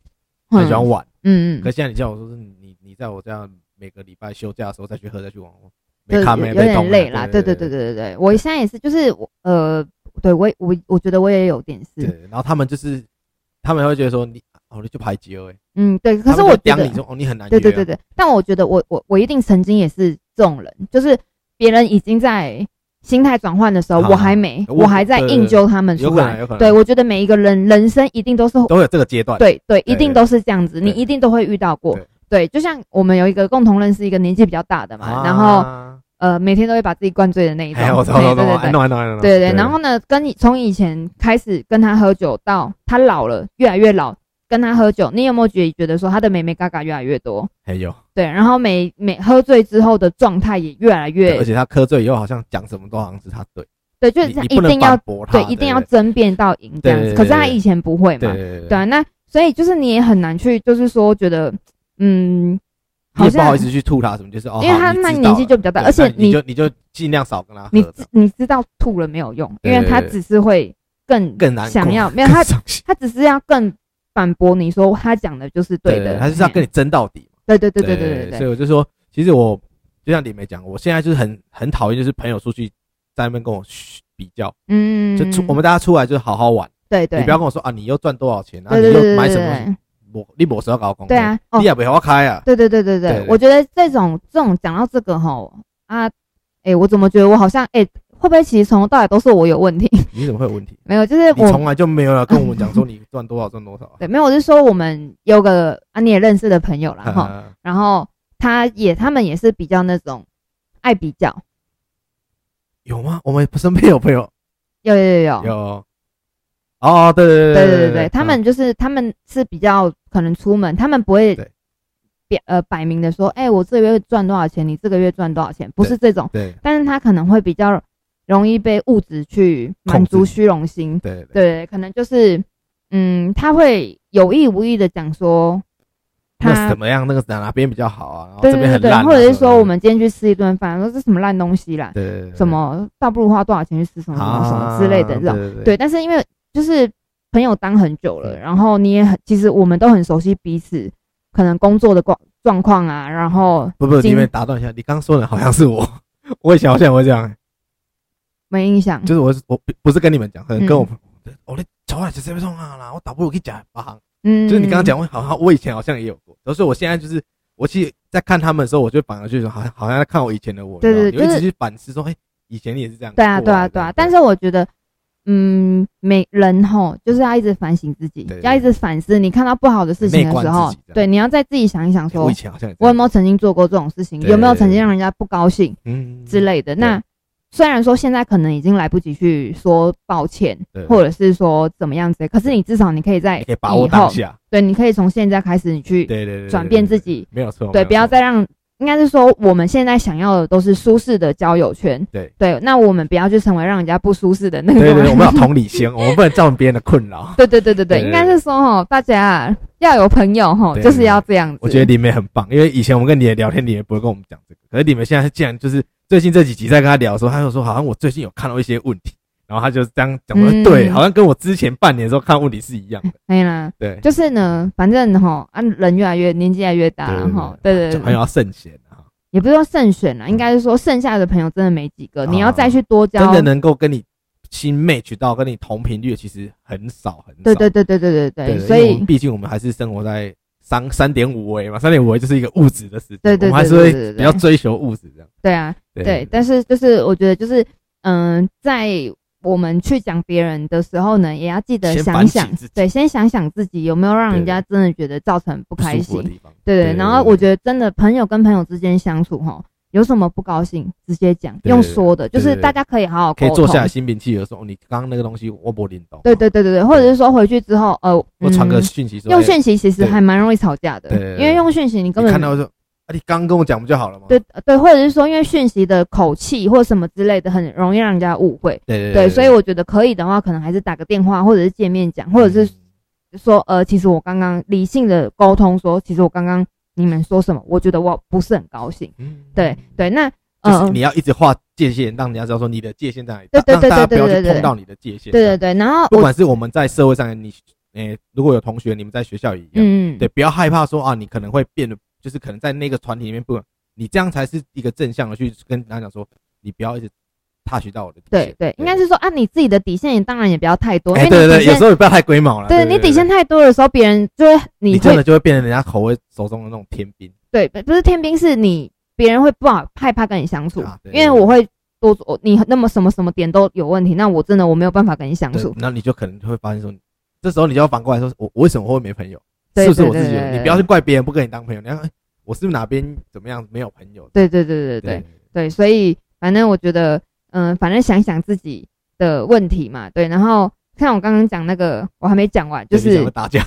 [SPEAKER 1] 嗯很喜欢玩，
[SPEAKER 2] 嗯，
[SPEAKER 1] 可
[SPEAKER 2] 嗯，
[SPEAKER 1] 是现在你叫我说是你你在我这样每个礼拜休假的时候再去喝再去玩，我
[SPEAKER 2] 对，
[SPEAKER 1] 没
[SPEAKER 2] 有
[SPEAKER 1] 看
[SPEAKER 2] 有
[SPEAKER 1] 没被
[SPEAKER 2] 点
[SPEAKER 1] 动啊
[SPEAKER 2] 累啦。对对
[SPEAKER 1] 对
[SPEAKER 2] 对对对对，我现在也是，就是我呃，对我也我我觉得我也有点
[SPEAKER 1] 对
[SPEAKER 2] 事，
[SPEAKER 1] 对然后他们就是他们会觉得说你哦你就排挤而已，
[SPEAKER 2] 嗯，对。可
[SPEAKER 1] 他
[SPEAKER 2] 是
[SPEAKER 1] 们
[SPEAKER 2] 我
[SPEAKER 1] 就
[SPEAKER 2] 觉
[SPEAKER 1] 刁
[SPEAKER 2] 得
[SPEAKER 1] 你，说哦你很难约
[SPEAKER 2] 对
[SPEAKER 1] 啊，
[SPEAKER 2] 对对对，但我觉得我我我一定曾经也是这种人，就是别人已经在心态转换的时候，
[SPEAKER 1] 啊
[SPEAKER 2] 我还没，
[SPEAKER 1] 我
[SPEAKER 2] 我还在
[SPEAKER 1] 对对
[SPEAKER 2] 硬揪他们
[SPEAKER 1] 有
[SPEAKER 2] 出
[SPEAKER 1] 可能
[SPEAKER 2] 来。
[SPEAKER 1] 有可能，
[SPEAKER 2] 对，我觉得每一个人人生一定都是
[SPEAKER 1] 都有这个阶段，
[SPEAKER 2] 对对，
[SPEAKER 1] 对
[SPEAKER 2] 一定都是这样子，
[SPEAKER 1] 对
[SPEAKER 2] 你一定都会遇到过。对，就像我们有一个共同认识一个年纪比较大的嘛，
[SPEAKER 1] 啊，
[SPEAKER 2] 然后呃每天都会把自己灌醉的那一种
[SPEAKER 1] 哎，我，
[SPEAKER 2] 对
[SPEAKER 1] 懂我
[SPEAKER 2] 对
[SPEAKER 1] 懂我懂，
[SPEAKER 2] 对对。
[SPEAKER 1] I know I know I know，
[SPEAKER 2] 对对，然后呢，跟你从以前开始跟他喝酒，到他老了，越来越老，跟他喝酒，你有没有觉得觉得说他的美眉嘎嘎越来越多？
[SPEAKER 1] 还有，
[SPEAKER 2] 对，然后每每喝醉之后的状态也越来
[SPEAKER 1] 对
[SPEAKER 2] 越
[SPEAKER 1] 而且他喝醉以后好像讲什么都好像是他对，
[SPEAKER 2] 对，就是
[SPEAKER 1] 你
[SPEAKER 2] 他
[SPEAKER 1] 你
[SPEAKER 2] 一
[SPEAKER 1] 不能
[SPEAKER 2] 定要
[SPEAKER 1] 反驳他，
[SPEAKER 2] 对，一定要争辩到赢这样
[SPEAKER 1] 对
[SPEAKER 2] 子。
[SPEAKER 1] 对
[SPEAKER 2] 可是他
[SPEAKER 1] 对
[SPEAKER 2] 以前不会
[SPEAKER 1] 对
[SPEAKER 2] 嘛，
[SPEAKER 1] 对对
[SPEAKER 2] 对
[SPEAKER 1] 对，
[SPEAKER 2] 啊，那所以就是你也很难去，就是说觉得，嗯，
[SPEAKER 1] 你
[SPEAKER 2] 好
[SPEAKER 1] 也不好
[SPEAKER 2] 像
[SPEAKER 1] 意思去吐他什么，就是哦，
[SPEAKER 2] 因为
[SPEAKER 1] 好
[SPEAKER 2] 他
[SPEAKER 1] 你
[SPEAKER 2] 那
[SPEAKER 1] 知
[SPEAKER 2] 年
[SPEAKER 1] 道
[SPEAKER 2] 纪
[SPEAKER 1] 了
[SPEAKER 2] 就比较大，
[SPEAKER 1] 对
[SPEAKER 2] 而且
[SPEAKER 1] 那你
[SPEAKER 2] 你
[SPEAKER 1] 就你就尽量少跟他
[SPEAKER 2] 你
[SPEAKER 1] 喝
[SPEAKER 2] 知你知道吐了没有用，因
[SPEAKER 1] 对
[SPEAKER 2] 为
[SPEAKER 1] 对
[SPEAKER 2] 他
[SPEAKER 1] 对
[SPEAKER 2] 只是会更
[SPEAKER 1] 更难过
[SPEAKER 2] 想要没有
[SPEAKER 1] 更
[SPEAKER 2] 他
[SPEAKER 1] 伤 心
[SPEAKER 2] 他只是要更反驳你说他讲的就是
[SPEAKER 1] 对
[SPEAKER 2] 的，
[SPEAKER 1] 他就是要跟
[SPEAKER 2] 你
[SPEAKER 1] 你争到底嘛。
[SPEAKER 2] 对对对对对
[SPEAKER 1] 所
[SPEAKER 2] 对
[SPEAKER 1] 以
[SPEAKER 2] 对，
[SPEAKER 1] 我就说，其实我就像李梅讲，我现在就是很很讨厌，就是朋友出去在那边跟我嘘比较，
[SPEAKER 2] 嗯，
[SPEAKER 1] 就出我们大家出来就是好好玩，
[SPEAKER 2] 对对，
[SPEAKER 1] 你不要跟我说啊，你又赚多少钱啊，
[SPEAKER 2] 对
[SPEAKER 1] 你
[SPEAKER 2] 对对
[SPEAKER 1] 又
[SPEAKER 2] 对
[SPEAKER 1] 买什
[SPEAKER 2] 对
[SPEAKER 1] 么，
[SPEAKER 2] 对
[SPEAKER 1] 我你我是要搞工，
[SPEAKER 2] 对，啊，哦
[SPEAKER 1] 你，也不要开啊，
[SPEAKER 2] 对对对对
[SPEAKER 1] 对
[SPEAKER 2] 对
[SPEAKER 1] 对，
[SPEAKER 2] 我觉得这种这种讲到这个吼啊，哎，我怎么觉得我好像哎，会不会其实从头到尾都是我有问题？
[SPEAKER 1] 你怎么会有问题？
[SPEAKER 2] 没有，就是
[SPEAKER 1] 你
[SPEAKER 2] 我
[SPEAKER 1] 从来就没有要跟我们讲说你赚多少赚多少啊。
[SPEAKER 2] 对没有，我是说我们有个啊你也认识的朋友啦哈，吼
[SPEAKER 1] 啊
[SPEAKER 2] 然后他也他们也是比较那种爱比较，
[SPEAKER 1] 有吗？我们身边有朋友
[SPEAKER 2] 有有有
[SPEAKER 1] 有，哦，对对对
[SPEAKER 2] 对
[SPEAKER 1] 嗯
[SPEAKER 2] 对对对，他们就是他们是比较可能出门，他们不会
[SPEAKER 1] 对
[SPEAKER 2] 表呃摆明的说，哎、我这个月赚多少钱，你这个月赚多少钱，不是这种，
[SPEAKER 1] 对
[SPEAKER 2] 但是他可能会比较容易被物质去满
[SPEAKER 1] 控
[SPEAKER 2] 足
[SPEAKER 1] 制
[SPEAKER 2] 虚荣心，
[SPEAKER 1] 对对
[SPEAKER 2] 对可能就是嗯，他会有意无意的讲说
[SPEAKER 1] 那
[SPEAKER 2] 他
[SPEAKER 1] 怎。么样？那个哪边比较好啊？然后
[SPEAKER 2] 对
[SPEAKER 1] 这
[SPEAKER 2] 对
[SPEAKER 1] 边
[SPEAKER 2] 对
[SPEAKER 1] 很
[SPEAKER 2] 对，
[SPEAKER 1] 烂啊，
[SPEAKER 2] 或者是说
[SPEAKER 1] 什
[SPEAKER 2] 我
[SPEAKER 1] 么
[SPEAKER 2] 们今天去吃一顿饭，说这什么烂东西啦
[SPEAKER 1] 的，对对对啊
[SPEAKER 2] 什么倒不如花多少钱去吃什么什么什么之类的这种，
[SPEAKER 1] 种
[SPEAKER 2] 对，但是因为就是朋友当很久了，
[SPEAKER 1] 嗯
[SPEAKER 2] 然后你也很，其实我们都很熟悉彼此，可能工作的状状况啊，然后
[SPEAKER 1] 不不，
[SPEAKER 2] 经
[SPEAKER 1] 你们打断一下，你刚说的好像是我，我以前好像也会这样，
[SPEAKER 2] 没印象，
[SPEAKER 1] 就是我是我不不是跟你们讲，可能
[SPEAKER 2] 嗯
[SPEAKER 1] 跟我我咧早晚就这边送啊啦，我倒不如去讲八行，
[SPEAKER 2] 嗯，
[SPEAKER 1] 就是你刚刚讲，我好像我以前好像也有过，所以我现在就是我其实在看他们的时候，我就反而就是好像好像在看我以前的我，
[SPEAKER 2] 对对
[SPEAKER 1] 你知道吗有
[SPEAKER 2] 就
[SPEAKER 1] 一
[SPEAKER 2] 是
[SPEAKER 1] 直去反思说，哎，以前你也是这样过
[SPEAKER 2] 对
[SPEAKER 1] 来
[SPEAKER 2] 啊，
[SPEAKER 1] 的，
[SPEAKER 2] 对啊，对啊，但是我觉得。嗯，每人吼就是要一直反省自己
[SPEAKER 1] 对，
[SPEAKER 2] 要一直反思。你看到不好的事情的时
[SPEAKER 1] 内观
[SPEAKER 2] 候
[SPEAKER 1] 自己这样，
[SPEAKER 2] 对，你要再自己想一想，
[SPEAKER 1] 哎
[SPEAKER 2] 说
[SPEAKER 1] 我以前好像也这
[SPEAKER 2] 我有
[SPEAKER 1] 样
[SPEAKER 2] 没有曾经做过这种事情，
[SPEAKER 1] 对
[SPEAKER 2] 有没有曾经让人家不高兴
[SPEAKER 1] 嗯
[SPEAKER 2] 之类的。
[SPEAKER 1] 对
[SPEAKER 2] 那虽然说现在可能已经来不及去说抱歉，
[SPEAKER 1] 对
[SPEAKER 2] 或者是说怎么样子，可是你至少你可以在
[SPEAKER 1] 你可以把握
[SPEAKER 2] 以
[SPEAKER 1] 当
[SPEAKER 2] 后，
[SPEAKER 1] 下，
[SPEAKER 2] 对，你可以从现在开始你去
[SPEAKER 1] 对对对对，
[SPEAKER 2] 转变
[SPEAKER 1] 对
[SPEAKER 2] 自，己，
[SPEAKER 1] 对没有错，没
[SPEAKER 2] 对，
[SPEAKER 1] 有
[SPEAKER 2] 不要
[SPEAKER 1] 错
[SPEAKER 2] 再让，应该是说我们现在想要的都是舒适的交友圈，
[SPEAKER 1] 对
[SPEAKER 2] 对，那我们不要去成为让人家不舒适的那个
[SPEAKER 1] 对对对，我
[SPEAKER 2] 人。
[SPEAKER 1] 们要同理心，我们不能造成别人的困扰。
[SPEAKER 2] 对对对
[SPEAKER 1] 对
[SPEAKER 2] 对
[SPEAKER 1] 对
[SPEAKER 2] 对，
[SPEAKER 1] 对
[SPEAKER 2] 应该是说哦，大家要有朋友哈，
[SPEAKER 1] 对
[SPEAKER 2] 就是要这样子。
[SPEAKER 1] 我觉得李梅很棒，因为以前我们跟你聊天，你也不会跟我们讲这个，可是你们现在竟然就是最近这几集在跟他聊的时候，他就说好像我最近有看到一些问题，然后他就这样讲说，
[SPEAKER 2] 嗯
[SPEAKER 1] 对，好像跟我之前半年的时候看问题是一样的，
[SPEAKER 2] 可以啦，
[SPEAKER 1] 对，
[SPEAKER 2] 哎就是呢，反正哈，啊，人越来越年纪越来越大了哈，对对
[SPEAKER 1] 小
[SPEAKER 2] 对
[SPEAKER 1] 朋
[SPEAKER 2] 对
[SPEAKER 1] 友，要慎选啊，
[SPEAKER 2] 也不是说慎选啦，应该是说剩下的朋友真的没几个，你要再去多
[SPEAKER 1] 哦真
[SPEAKER 2] 交。
[SPEAKER 1] 的能够跟你新 match 到跟你同频率，其实很少很少，
[SPEAKER 2] 对对对对对对
[SPEAKER 1] 对，
[SPEAKER 2] 对，
[SPEAKER 1] 对
[SPEAKER 2] 所
[SPEAKER 1] 因为我
[SPEAKER 2] 以
[SPEAKER 1] 们毕竟我们还是生活在三三点五维嘛，三点五维就是一个物质的世界，
[SPEAKER 2] 对对对
[SPEAKER 1] 我们还是
[SPEAKER 2] 对
[SPEAKER 1] 会
[SPEAKER 2] 对对
[SPEAKER 1] 比较追求物质这样，
[SPEAKER 2] 对啊，对，但是就是我觉得就是嗯、在我们去讲别人的时候呢，也要记得
[SPEAKER 1] 先
[SPEAKER 2] 想
[SPEAKER 1] 反
[SPEAKER 2] 一
[SPEAKER 1] 省
[SPEAKER 2] 想
[SPEAKER 1] 自己，
[SPEAKER 2] 对，先想想自己有没有让
[SPEAKER 1] 对
[SPEAKER 2] 人家真的觉得造成不
[SPEAKER 1] 不
[SPEAKER 2] 开
[SPEAKER 1] 舒服
[SPEAKER 2] 心
[SPEAKER 1] 的，地方，
[SPEAKER 2] 对对。然后我
[SPEAKER 1] 得
[SPEAKER 2] 觉得真的朋友跟朋友之间相处哈，有什么不高兴直接讲，
[SPEAKER 1] 对
[SPEAKER 2] 用说的，
[SPEAKER 1] 对
[SPEAKER 2] 就
[SPEAKER 1] 对
[SPEAKER 2] 是大家可以好好
[SPEAKER 1] 可
[SPEAKER 2] 沟
[SPEAKER 1] 以
[SPEAKER 2] 通，
[SPEAKER 1] 坐下来心平气和说，哦你刚刚那个东西我不领懂，
[SPEAKER 2] 对对对对对，或者是说回去之后呃，
[SPEAKER 1] 我传个
[SPEAKER 2] 嗯
[SPEAKER 1] 讯息说，
[SPEAKER 2] 用
[SPEAKER 1] 哎
[SPEAKER 2] 讯息其实
[SPEAKER 1] 对
[SPEAKER 2] 还蛮容易吵架的
[SPEAKER 1] 对对，对
[SPEAKER 2] 因为用讯息你根
[SPEAKER 1] 你看
[SPEAKER 2] 本
[SPEAKER 1] 到就说，啊，你刚跟我讲不就好了吗？
[SPEAKER 2] 对呃对，或者是说因为讯息的口气或什么之类的，很容易让人家误会。
[SPEAKER 1] 对对
[SPEAKER 2] 对，所以我觉得可以的话，可能还是打个电话，或者是见面讲，或者是
[SPEAKER 1] 嗯
[SPEAKER 2] 说，呃，其实我刚刚理性的沟通说，其实我刚刚你们说什么，我觉得我不是很高兴。
[SPEAKER 1] 嗯
[SPEAKER 2] 对，对，那
[SPEAKER 1] 就是
[SPEAKER 2] 嗯，
[SPEAKER 1] 你要一直画界限，让人家知道说你的界限在哪里，
[SPEAKER 2] 对对
[SPEAKER 1] 让
[SPEAKER 2] 对
[SPEAKER 1] 大家不
[SPEAKER 2] 对
[SPEAKER 1] 要
[SPEAKER 2] 对
[SPEAKER 1] 去
[SPEAKER 2] 对
[SPEAKER 1] 碰
[SPEAKER 2] 对
[SPEAKER 1] 到你的界限。
[SPEAKER 2] 对对，对，然后
[SPEAKER 1] 不
[SPEAKER 2] 我
[SPEAKER 1] 管是我们在社会上，你诶，如果有同学你们在学校也一样，
[SPEAKER 2] 嗯，
[SPEAKER 1] 对，不要害怕说啊，你可能会变得，就是可能在那个团体里面不，你这样才是一个正向的去跟大家讲说，你不要一直 touch 到我的底
[SPEAKER 2] 对
[SPEAKER 1] 线。
[SPEAKER 2] 对，应该是说啊，你自己的底线也当然也不要太多，因
[SPEAKER 1] 哎，
[SPEAKER 2] 为
[SPEAKER 1] 对
[SPEAKER 2] 你
[SPEAKER 1] 对对，
[SPEAKER 2] 底
[SPEAKER 1] 有
[SPEAKER 2] 线
[SPEAKER 1] 时，候也不要太龟毛了。
[SPEAKER 2] 对
[SPEAKER 1] 对
[SPEAKER 2] 你底线
[SPEAKER 1] 对
[SPEAKER 2] 太多的时候，别人就会
[SPEAKER 1] 你
[SPEAKER 2] 你
[SPEAKER 1] 真
[SPEAKER 2] 会
[SPEAKER 1] 的就会变成人家口味手中的那种天兵。
[SPEAKER 2] 对，不不是天兵，是你别人会不好害怕跟你相处
[SPEAKER 1] 啊，对
[SPEAKER 2] 因为我会多做你那么什么什么点都有问题，那我真的我没有办法跟你相
[SPEAKER 1] 对
[SPEAKER 2] 处，。
[SPEAKER 1] 那你就可能会发现说，这时候你就要反过来说，我我为什么会没朋友？
[SPEAKER 2] 对
[SPEAKER 1] 是不是
[SPEAKER 2] 对
[SPEAKER 1] 我自己
[SPEAKER 2] 对
[SPEAKER 1] 有？
[SPEAKER 2] 对
[SPEAKER 1] 你
[SPEAKER 2] 对
[SPEAKER 1] 不要去怪别人不跟你当朋友，你要哎我是不是哪边怎么样没有朋友？
[SPEAKER 2] 对对对对对对，所以反正我觉得，嗯、反正想想自己的问题嘛，对。然后像我刚刚讲那个，我还没讲完，就
[SPEAKER 1] 对，你想
[SPEAKER 2] 是
[SPEAKER 1] 要打架，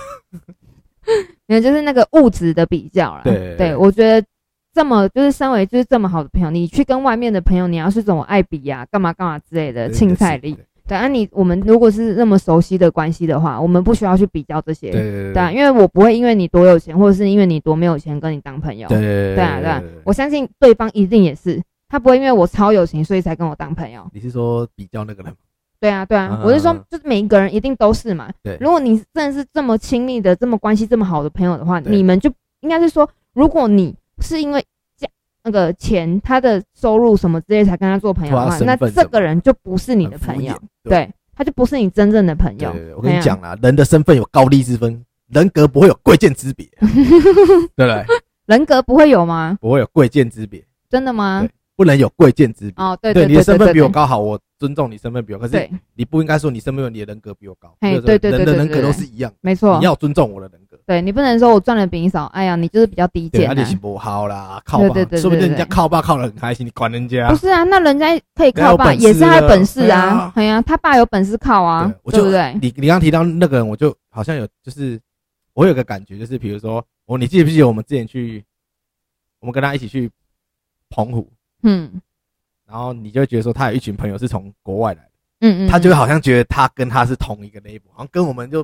[SPEAKER 2] 没有，就是那个物质的比较啦。
[SPEAKER 1] 对对对
[SPEAKER 2] 我觉得这么就是身为就是这么好的朋友，你去跟外面的朋友，你要是怎么爱比呀、干嘛干嘛之类的呃青菜力。对啊你，我们如果是那么熟悉的关系的话，我们不需要去比较这些。
[SPEAKER 1] 对对
[SPEAKER 2] 对啊，因为我不会因为你多有钱，或者是因为你多没有钱跟你当朋友。
[SPEAKER 1] 对对
[SPEAKER 2] 对啊对啊，我相信对方一定也是，他不会因为我超有钱所以才跟我当朋友。
[SPEAKER 1] 你是说比较那个人吗？
[SPEAKER 2] 对啊对啊
[SPEAKER 1] 嗯，
[SPEAKER 2] 我是说
[SPEAKER 1] 嗯嗯，
[SPEAKER 2] 就是每一个人一定都是嘛。
[SPEAKER 1] 对，
[SPEAKER 2] 如果你真的是这么亲密的、这么关系这么好的朋友的话，
[SPEAKER 1] 对
[SPEAKER 2] 你们就应该是说，如果你是因为家那个钱、他的收入什么之类才跟他做朋友的
[SPEAKER 1] 或
[SPEAKER 2] 话
[SPEAKER 1] 他，身
[SPEAKER 2] 那
[SPEAKER 1] 份
[SPEAKER 2] 这
[SPEAKER 1] 什么
[SPEAKER 2] 个人就不是你的
[SPEAKER 1] 很敷
[SPEAKER 2] 朋友
[SPEAKER 1] 衍，对
[SPEAKER 2] 对，他就不是你真正的朋
[SPEAKER 1] 对
[SPEAKER 2] 友
[SPEAKER 1] 对。对，我跟
[SPEAKER 2] 哎
[SPEAKER 1] 你
[SPEAKER 2] 呀
[SPEAKER 1] 讲啦，人的身份有高低之分，人格不会有贵贱之 别，对不对？
[SPEAKER 2] 人格不会有吗？
[SPEAKER 1] 不会有贵贱之别，
[SPEAKER 2] 真的吗
[SPEAKER 1] 对？不能有贵贱之别。
[SPEAKER 2] 哦，对
[SPEAKER 1] 你
[SPEAKER 2] 对
[SPEAKER 1] 的身份
[SPEAKER 2] 对
[SPEAKER 1] 比我
[SPEAKER 2] 对，
[SPEAKER 1] 高好，我尊重你身份比我高，可是
[SPEAKER 2] 对，
[SPEAKER 1] 你不应该说你身份有你的人格比我高。
[SPEAKER 2] 嘿
[SPEAKER 1] 不
[SPEAKER 2] 对对对
[SPEAKER 1] 人的
[SPEAKER 2] 对
[SPEAKER 1] 人
[SPEAKER 2] 对
[SPEAKER 1] 格都
[SPEAKER 2] 对
[SPEAKER 1] 是一样，
[SPEAKER 2] 没错
[SPEAKER 1] 你，要尊重我的人格。
[SPEAKER 2] 对你不能说我赚的比你少，哎呀，你就是比较低
[SPEAKER 1] 对，
[SPEAKER 2] 贱
[SPEAKER 1] 他
[SPEAKER 2] 啊
[SPEAKER 1] 就是不好啦，靠
[SPEAKER 2] 对
[SPEAKER 1] 爸
[SPEAKER 2] 对，对
[SPEAKER 1] 说不
[SPEAKER 2] 对
[SPEAKER 1] 定
[SPEAKER 2] 对
[SPEAKER 1] 人家
[SPEAKER 2] 对
[SPEAKER 1] 靠爸靠得很开心，你管人家
[SPEAKER 2] 不？是啊，那人家可以
[SPEAKER 1] 人家
[SPEAKER 2] 靠
[SPEAKER 1] 有
[SPEAKER 2] 爸，
[SPEAKER 1] 本事
[SPEAKER 2] 也是他
[SPEAKER 1] 了
[SPEAKER 2] 的本事
[SPEAKER 1] 对
[SPEAKER 2] 啊
[SPEAKER 1] 啊。
[SPEAKER 2] 哎呀，他爸有本事靠啊
[SPEAKER 1] 对，我
[SPEAKER 2] 对
[SPEAKER 1] 就
[SPEAKER 2] 不对？
[SPEAKER 1] 你你刚刚提到那个人，我就好像有就是我有个感觉，就是比如说我，你记不记得我们之前去，我们跟他一起去澎湖，
[SPEAKER 2] 嗯
[SPEAKER 1] 然后你就会觉得说他有一群朋友是从国外来的，
[SPEAKER 2] 嗯嗯，
[SPEAKER 1] 他就
[SPEAKER 2] 嗯
[SPEAKER 1] 好像觉得他跟他是同一个 label，好像跟我们就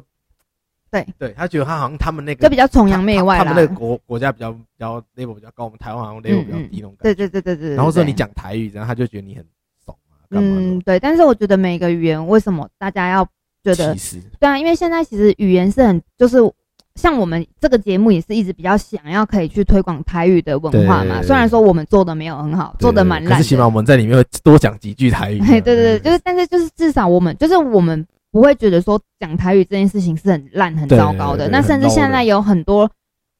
[SPEAKER 2] 对
[SPEAKER 1] 对，他觉得他好像他们那个
[SPEAKER 2] 就比较崇洋媚外
[SPEAKER 1] 他
[SPEAKER 2] 啦
[SPEAKER 1] 他。们那个国国家比较比较 label 比较高，我们台湾好像 label 比较低那种感觉。
[SPEAKER 2] 嗯对对对对对对。
[SPEAKER 1] 然后说
[SPEAKER 2] 对
[SPEAKER 1] 你，讲台语，然后他就觉得你很怂啊，干嘛
[SPEAKER 2] 嗯，
[SPEAKER 1] 的？
[SPEAKER 2] 对。但是我觉得每个语言为什么大家要觉得
[SPEAKER 1] 歧视，
[SPEAKER 2] 对啊？因为现在其实语言是很就是。像我们这个节目也是一直比较想要可以去推广台语的文化
[SPEAKER 1] 对对
[SPEAKER 2] 嘛，
[SPEAKER 1] 对
[SPEAKER 2] 虽然说我们做的没有很好，做的蛮
[SPEAKER 1] 可
[SPEAKER 2] 烂
[SPEAKER 1] 是起码
[SPEAKER 2] 的
[SPEAKER 1] 我，们在里面会多讲几句台语。啊
[SPEAKER 2] 嘿
[SPEAKER 1] 嗯
[SPEAKER 2] 对对对，就是但是就是至少我们就是我们不会觉得说讲台语这件事情是很烂很
[SPEAKER 1] 对
[SPEAKER 2] 糟糕
[SPEAKER 1] 对
[SPEAKER 2] 的，
[SPEAKER 1] 对
[SPEAKER 2] 那
[SPEAKER 1] 很
[SPEAKER 2] 甚至
[SPEAKER 1] low
[SPEAKER 2] 现
[SPEAKER 1] 的
[SPEAKER 2] 在有很多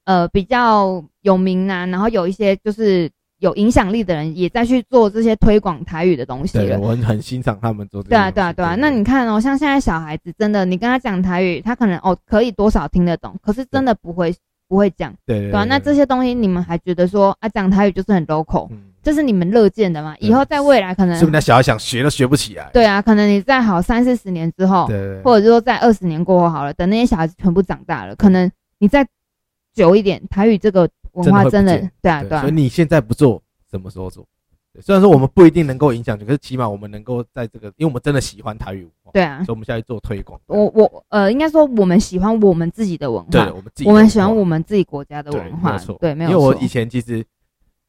[SPEAKER 2] 呃比较有名啊，然后有一些就是有影响力的人也在去做这些推广台语的东西
[SPEAKER 1] 对，
[SPEAKER 2] 了。
[SPEAKER 1] 我很很欣赏他们做这
[SPEAKER 2] 对
[SPEAKER 1] 个东
[SPEAKER 2] 啊，
[SPEAKER 1] 西。
[SPEAKER 2] 对啊，对啊。那你看哦，像现在小孩子真的，你跟他讲台语，他可能哦可以多少听得懂，可是真的不会不会讲，
[SPEAKER 1] 对对
[SPEAKER 2] 对啊，那这些东西你们还觉得说啊讲台语就是很 local，
[SPEAKER 1] 嗯
[SPEAKER 2] 这是你们乐见的嘛？以后在未来可能
[SPEAKER 1] 是不是那小孩想学都学不起来？
[SPEAKER 2] 嗯对啊，可能你再好三四十年之后，
[SPEAKER 1] 对对，
[SPEAKER 2] 或者是说在二十年过后好了，等那些小孩子全部长大了，可能你再久一点，台语这个文化真
[SPEAKER 1] 真的
[SPEAKER 2] 的
[SPEAKER 1] 会不见
[SPEAKER 2] 对啊
[SPEAKER 1] 对
[SPEAKER 2] 对啊
[SPEAKER 1] 所以，你现在不做，什么时候做？对虽然说我们不一定能够影响你，可是起码我们能够在这个，因为我们真的喜欢台语文化，
[SPEAKER 2] 对啊
[SPEAKER 1] 所以，我们现在做推广。
[SPEAKER 2] 我我呃，应该说我们喜欢我们自己的文
[SPEAKER 1] 对
[SPEAKER 2] 化，
[SPEAKER 1] 我们自己，
[SPEAKER 2] 我们喜欢我们自己国家的
[SPEAKER 1] 对
[SPEAKER 2] 文
[SPEAKER 1] 没
[SPEAKER 2] 化
[SPEAKER 1] 有错，
[SPEAKER 2] 对，没
[SPEAKER 1] 因为
[SPEAKER 2] 有
[SPEAKER 1] 我
[SPEAKER 2] 错
[SPEAKER 1] 以，前其实，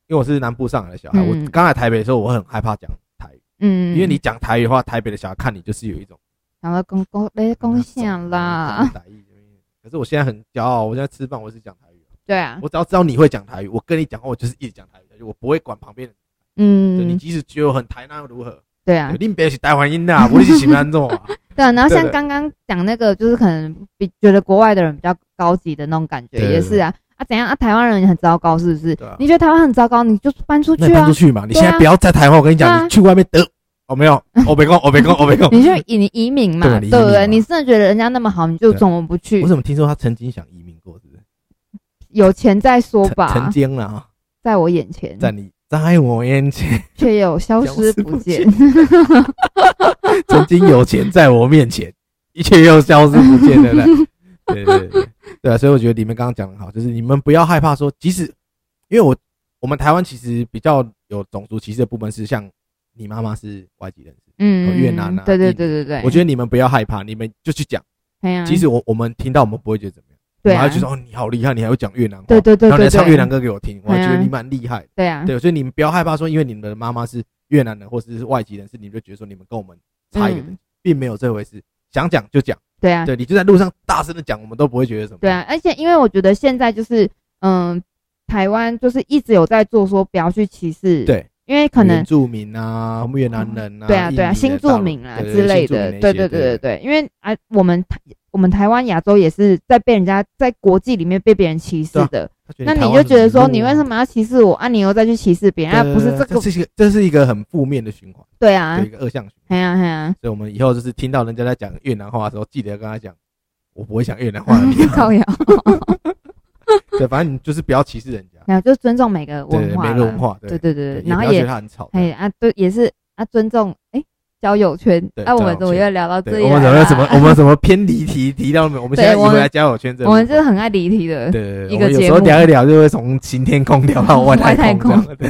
[SPEAKER 1] 因为我是南部上来的小孩，
[SPEAKER 2] 嗯
[SPEAKER 1] 我刚来台北的时候，我很害怕讲台语，
[SPEAKER 2] 嗯
[SPEAKER 1] 因为你讲台语的话，台北的小孩看你就是有一种嗯
[SPEAKER 2] 然后公公哎公享啦，，
[SPEAKER 1] 可是我现在很骄傲，我现在吃饭我是讲台语，
[SPEAKER 2] 对啊，
[SPEAKER 1] 我只要知道你会讲台语，我跟你讲话我就是一直讲台语下去，我不会管旁边人。对你
[SPEAKER 2] 嗯，
[SPEAKER 1] 即使觉得我很台南又如何？
[SPEAKER 2] 对啊
[SPEAKER 1] 对，你别是台湾音呐，我是喜欢做 啊。
[SPEAKER 2] 对啊，然后
[SPEAKER 1] 对
[SPEAKER 2] 像
[SPEAKER 1] 对
[SPEAKER 2] 刚刚讲那个，就是可能比觉得国外的人比较高级的那种感觉，
[SPEAKER 1] 对对
[SPEAKER 2] 也是啊。啊，怎样啊？台湾人很糟糕，是不是
[SPEAKER 1] 对啊？
[SPEAKER 2] 你觉得台湾很糟糕，你就搬出
[SPEAKER 1] 那你
[SPEAKER 2] 去
[SPEAKER 1] 搬
[SPEAKER 2] 啊
[SPEAKER 1] 出！去嘛，你
[SPEAKER 2] 对
[SPEAKER 1] 现
[SPEAKER 2] 啊
[SPEAKER 1] 在不要在台湾，我跟你
[SPEAKER 2] 对啊
[SPEAKER 1] 讲，你去外面得，我没有，哦我没空，我没空，我没空。
[SPEAKER 2] 你就移移民嘛，
[SPEAKER 1] 对啊
[SPEAKER 2] 对
[SPEAKER 1] 你移民
[SPEAKER 2] 不对？
[SPEAKER 1] 嘛
[SPEAKER 2] 你真的觉得人家那么 好，你就
[SPEAKER 1] 对啊
[SPEAKER 2] 怎么不去
[SPEAKER 1] 我？怎么听说他曾经想移民过，是不是？
[SPEAKER 2] 有钱再说
[SPEAKER 1] 曾曾
[SPEAKER 2] 吧，
[SPEAKER 1] 经啊，哈
[SPEAKER 2] 在我眼前，
[SPEAKER 1] 在你在我眼前，
[SPEAKER 2] 却又消失不见。
[SPEAKER 1] 曾经有钱在我面前，一切又消失不见了呢。对对对对对啊！所以我觉得你们刚刚讲的好，就是你们不要害怕说，即使因为我我们台湾其实比较有种族歧视的部分是像你妈妈是外籍人士，
[SPEAKER 2] 嗯，
[SPEAKER 1] 越南啊
[SPEAKER 2] 对对
[SPEAKER 1] 印尼
[SPEAKER 2] 对对对，
[SPEAKER 1] 我觉得你们不要害怕，你们就去讲。
[SPEAKER 2] 得呀，
[SPEAKER 1] 即使我我们听到我们不会觉得怎么样，
[SPEAKER 2] 对
[SPEAKER 1] 我
[SPEAKER 2] 啊
[SPEAKER 1] 还会觉，得哦你好厉害，你还会讲越南话，
[SPEAKER 2] 对对对
[SPEAKER 1] 然后你
[SPEAKER 2] 对
[SPEAKER 1] 还唱越南
[SPEAKER 2] 对，
[SPEAKER 1] 歌给我听，我还
[SPEAKER 2] 对啊
[SPEAKER 1] 觉得你蛮厉害的。
[SPEAKER 2] 对啊，
[SPEAKER 1] 对，所以你们不要害怕说，因为你们的妈妈是越南人或者是外籍人士，你们就觉得说你们跟我们差一个等级
[SPEAKER 2] 嗯
[SPEAKER 1] 并没有这回事，想讲就讲，
[SPEAKER 2] 对啊，
[SPEAKER 1] 对你就在路上大声的讲，我们都不会觉得什么。
[SPEAKER 2] 对啊，，而且因为我觉得现在就是，嗯，台湾就是一直有在做说不要去歧视，
[SPEAKER 1] 对，
[SPEAKER 2] 因为可能
[SPEAKER 1] 原住民啊、越南人啊，
[SPEAKER 2] 对啊
[SPEAKER 1] 印尼
[SPEAKER 2] 对啊，
[SPEAKER 1] 人
[SPEAKER 2] 新
[SPEAKER 1] 大
[SPEAKER 2] 住
[SPEAKER 1] 陆
[SPEAKER 2] 民啊
[SPEAKER 1] 对对
[SPEAKER 2] 之类
[SPEAKER 1] 新住
[SPEAKER 2] 的，
[SPEAKER 1] 民那
[SPEAKER 2] 对
[SPEAKER 1] 些
[SPEAKER 2] 对
[SPEAKER 1] 对
[SPEAKER 2] 对对对，因为啊，我们台我们台湾亚洲也是在被人家在国际里面被别人歧视
[SPEAKER 1] 对啊
[SPEAKER 2] 的，
[SPEAKER 1] 他
[SPEAKER 2] 那
[SPEAKER 1] 你
[SPEAKER 2] 你
[SPEAKER 1] 台湾
[SPEAKER 2] 就觉得
[SPEAKER 1] 很
[SPEAKER 2] 说
[SPEAKER 1] 弱
[SPEAKER 2] 你为什么要歧视我啊？你又再去歧视别人，啊
[SPEAKER 1] 对对
[SPEAKER 2] 不是
[SPEAKER 1] 对这
[SPEAKER 2] 这个，
[SPEAKER 1] 是一个这是一个很负面的循环，
[SPEAKER 2] 对啊
[SPEAKER 1] 对一，个恶性循环。
[SPEAKER 2] 哎呀哎呀，
[SPEAKER 1] 所以我们以后就是听到人家在讲越南话的时候，记得跟他讲，我不会讲越南话 的，你
[SPEAKER 2] 造谣，
[SPEAKER 1] 对，反正你就是不要歧视人家，
[SPEAKER 2] 然后就尊重每个
[SPEAKER 1] 对
[SPEAKER 2] 文化
[SPEAKER 1] 每
[SPEAKER 2] 啦，
[SPEAKER 1] 个文化，
[SPEAKER 2] 对
[SPEAKER 1] 对
[SPEAKER 2] 对
[SPEAKER 1] 对
[SPEAKER 2] 对，
[SPEAKER 1] 也
[SPEAKER 2] 然
[SPEAKER 1] 不
[SPEAKER 2] 后
[SPEAKER 1] 要觉得
[SPEAKER 2] 也
[SPEAKER 1] 他很吵，
[SPEAKER 2] 哎啊对，也是啊尊重，哎交友圈。
[SPEAKER 1] 对
[SPEAKER 2] 哎、我们
[SPEAKER 1] 交友
[SPEAKER 2] 怎么
[SPEAKER 1] 圈
[SPEAKER 2] 又聊到这
[SPEAKER 1] 对，
[SPEAKER 2] 里
[SPEAKER 1] 我
[SPEAKER 2] 来
[SPEAKER 1] 们怎
[SPEAKER 2] 了
[SPEAKER 1] 么怎么我们怎么偏离题 提到我们现在移
[SPEAKER 2] 啊对我
[SPEAKER 1] 回
[SPEAKER 2] 们
[SPEAKER 1] 来交友圈这个
[SPEAKER 2] 我
[SPEAKER 1] 部
[SPEAKER 2] 们
[SPEAKER 1] 分，
[SPEAKER 2] 这是很爱离题的。
[SPEAKER 1] 对
[SPEAKER 2] 一个
[SPEAKER 1] 我们有
[SPEAKER 2] 节
[SPEAKER 1] 时候
[SPEAKER 2] 目
[SPEAKER 1] 聊一聊就会从晴天空聊到外太空这样，对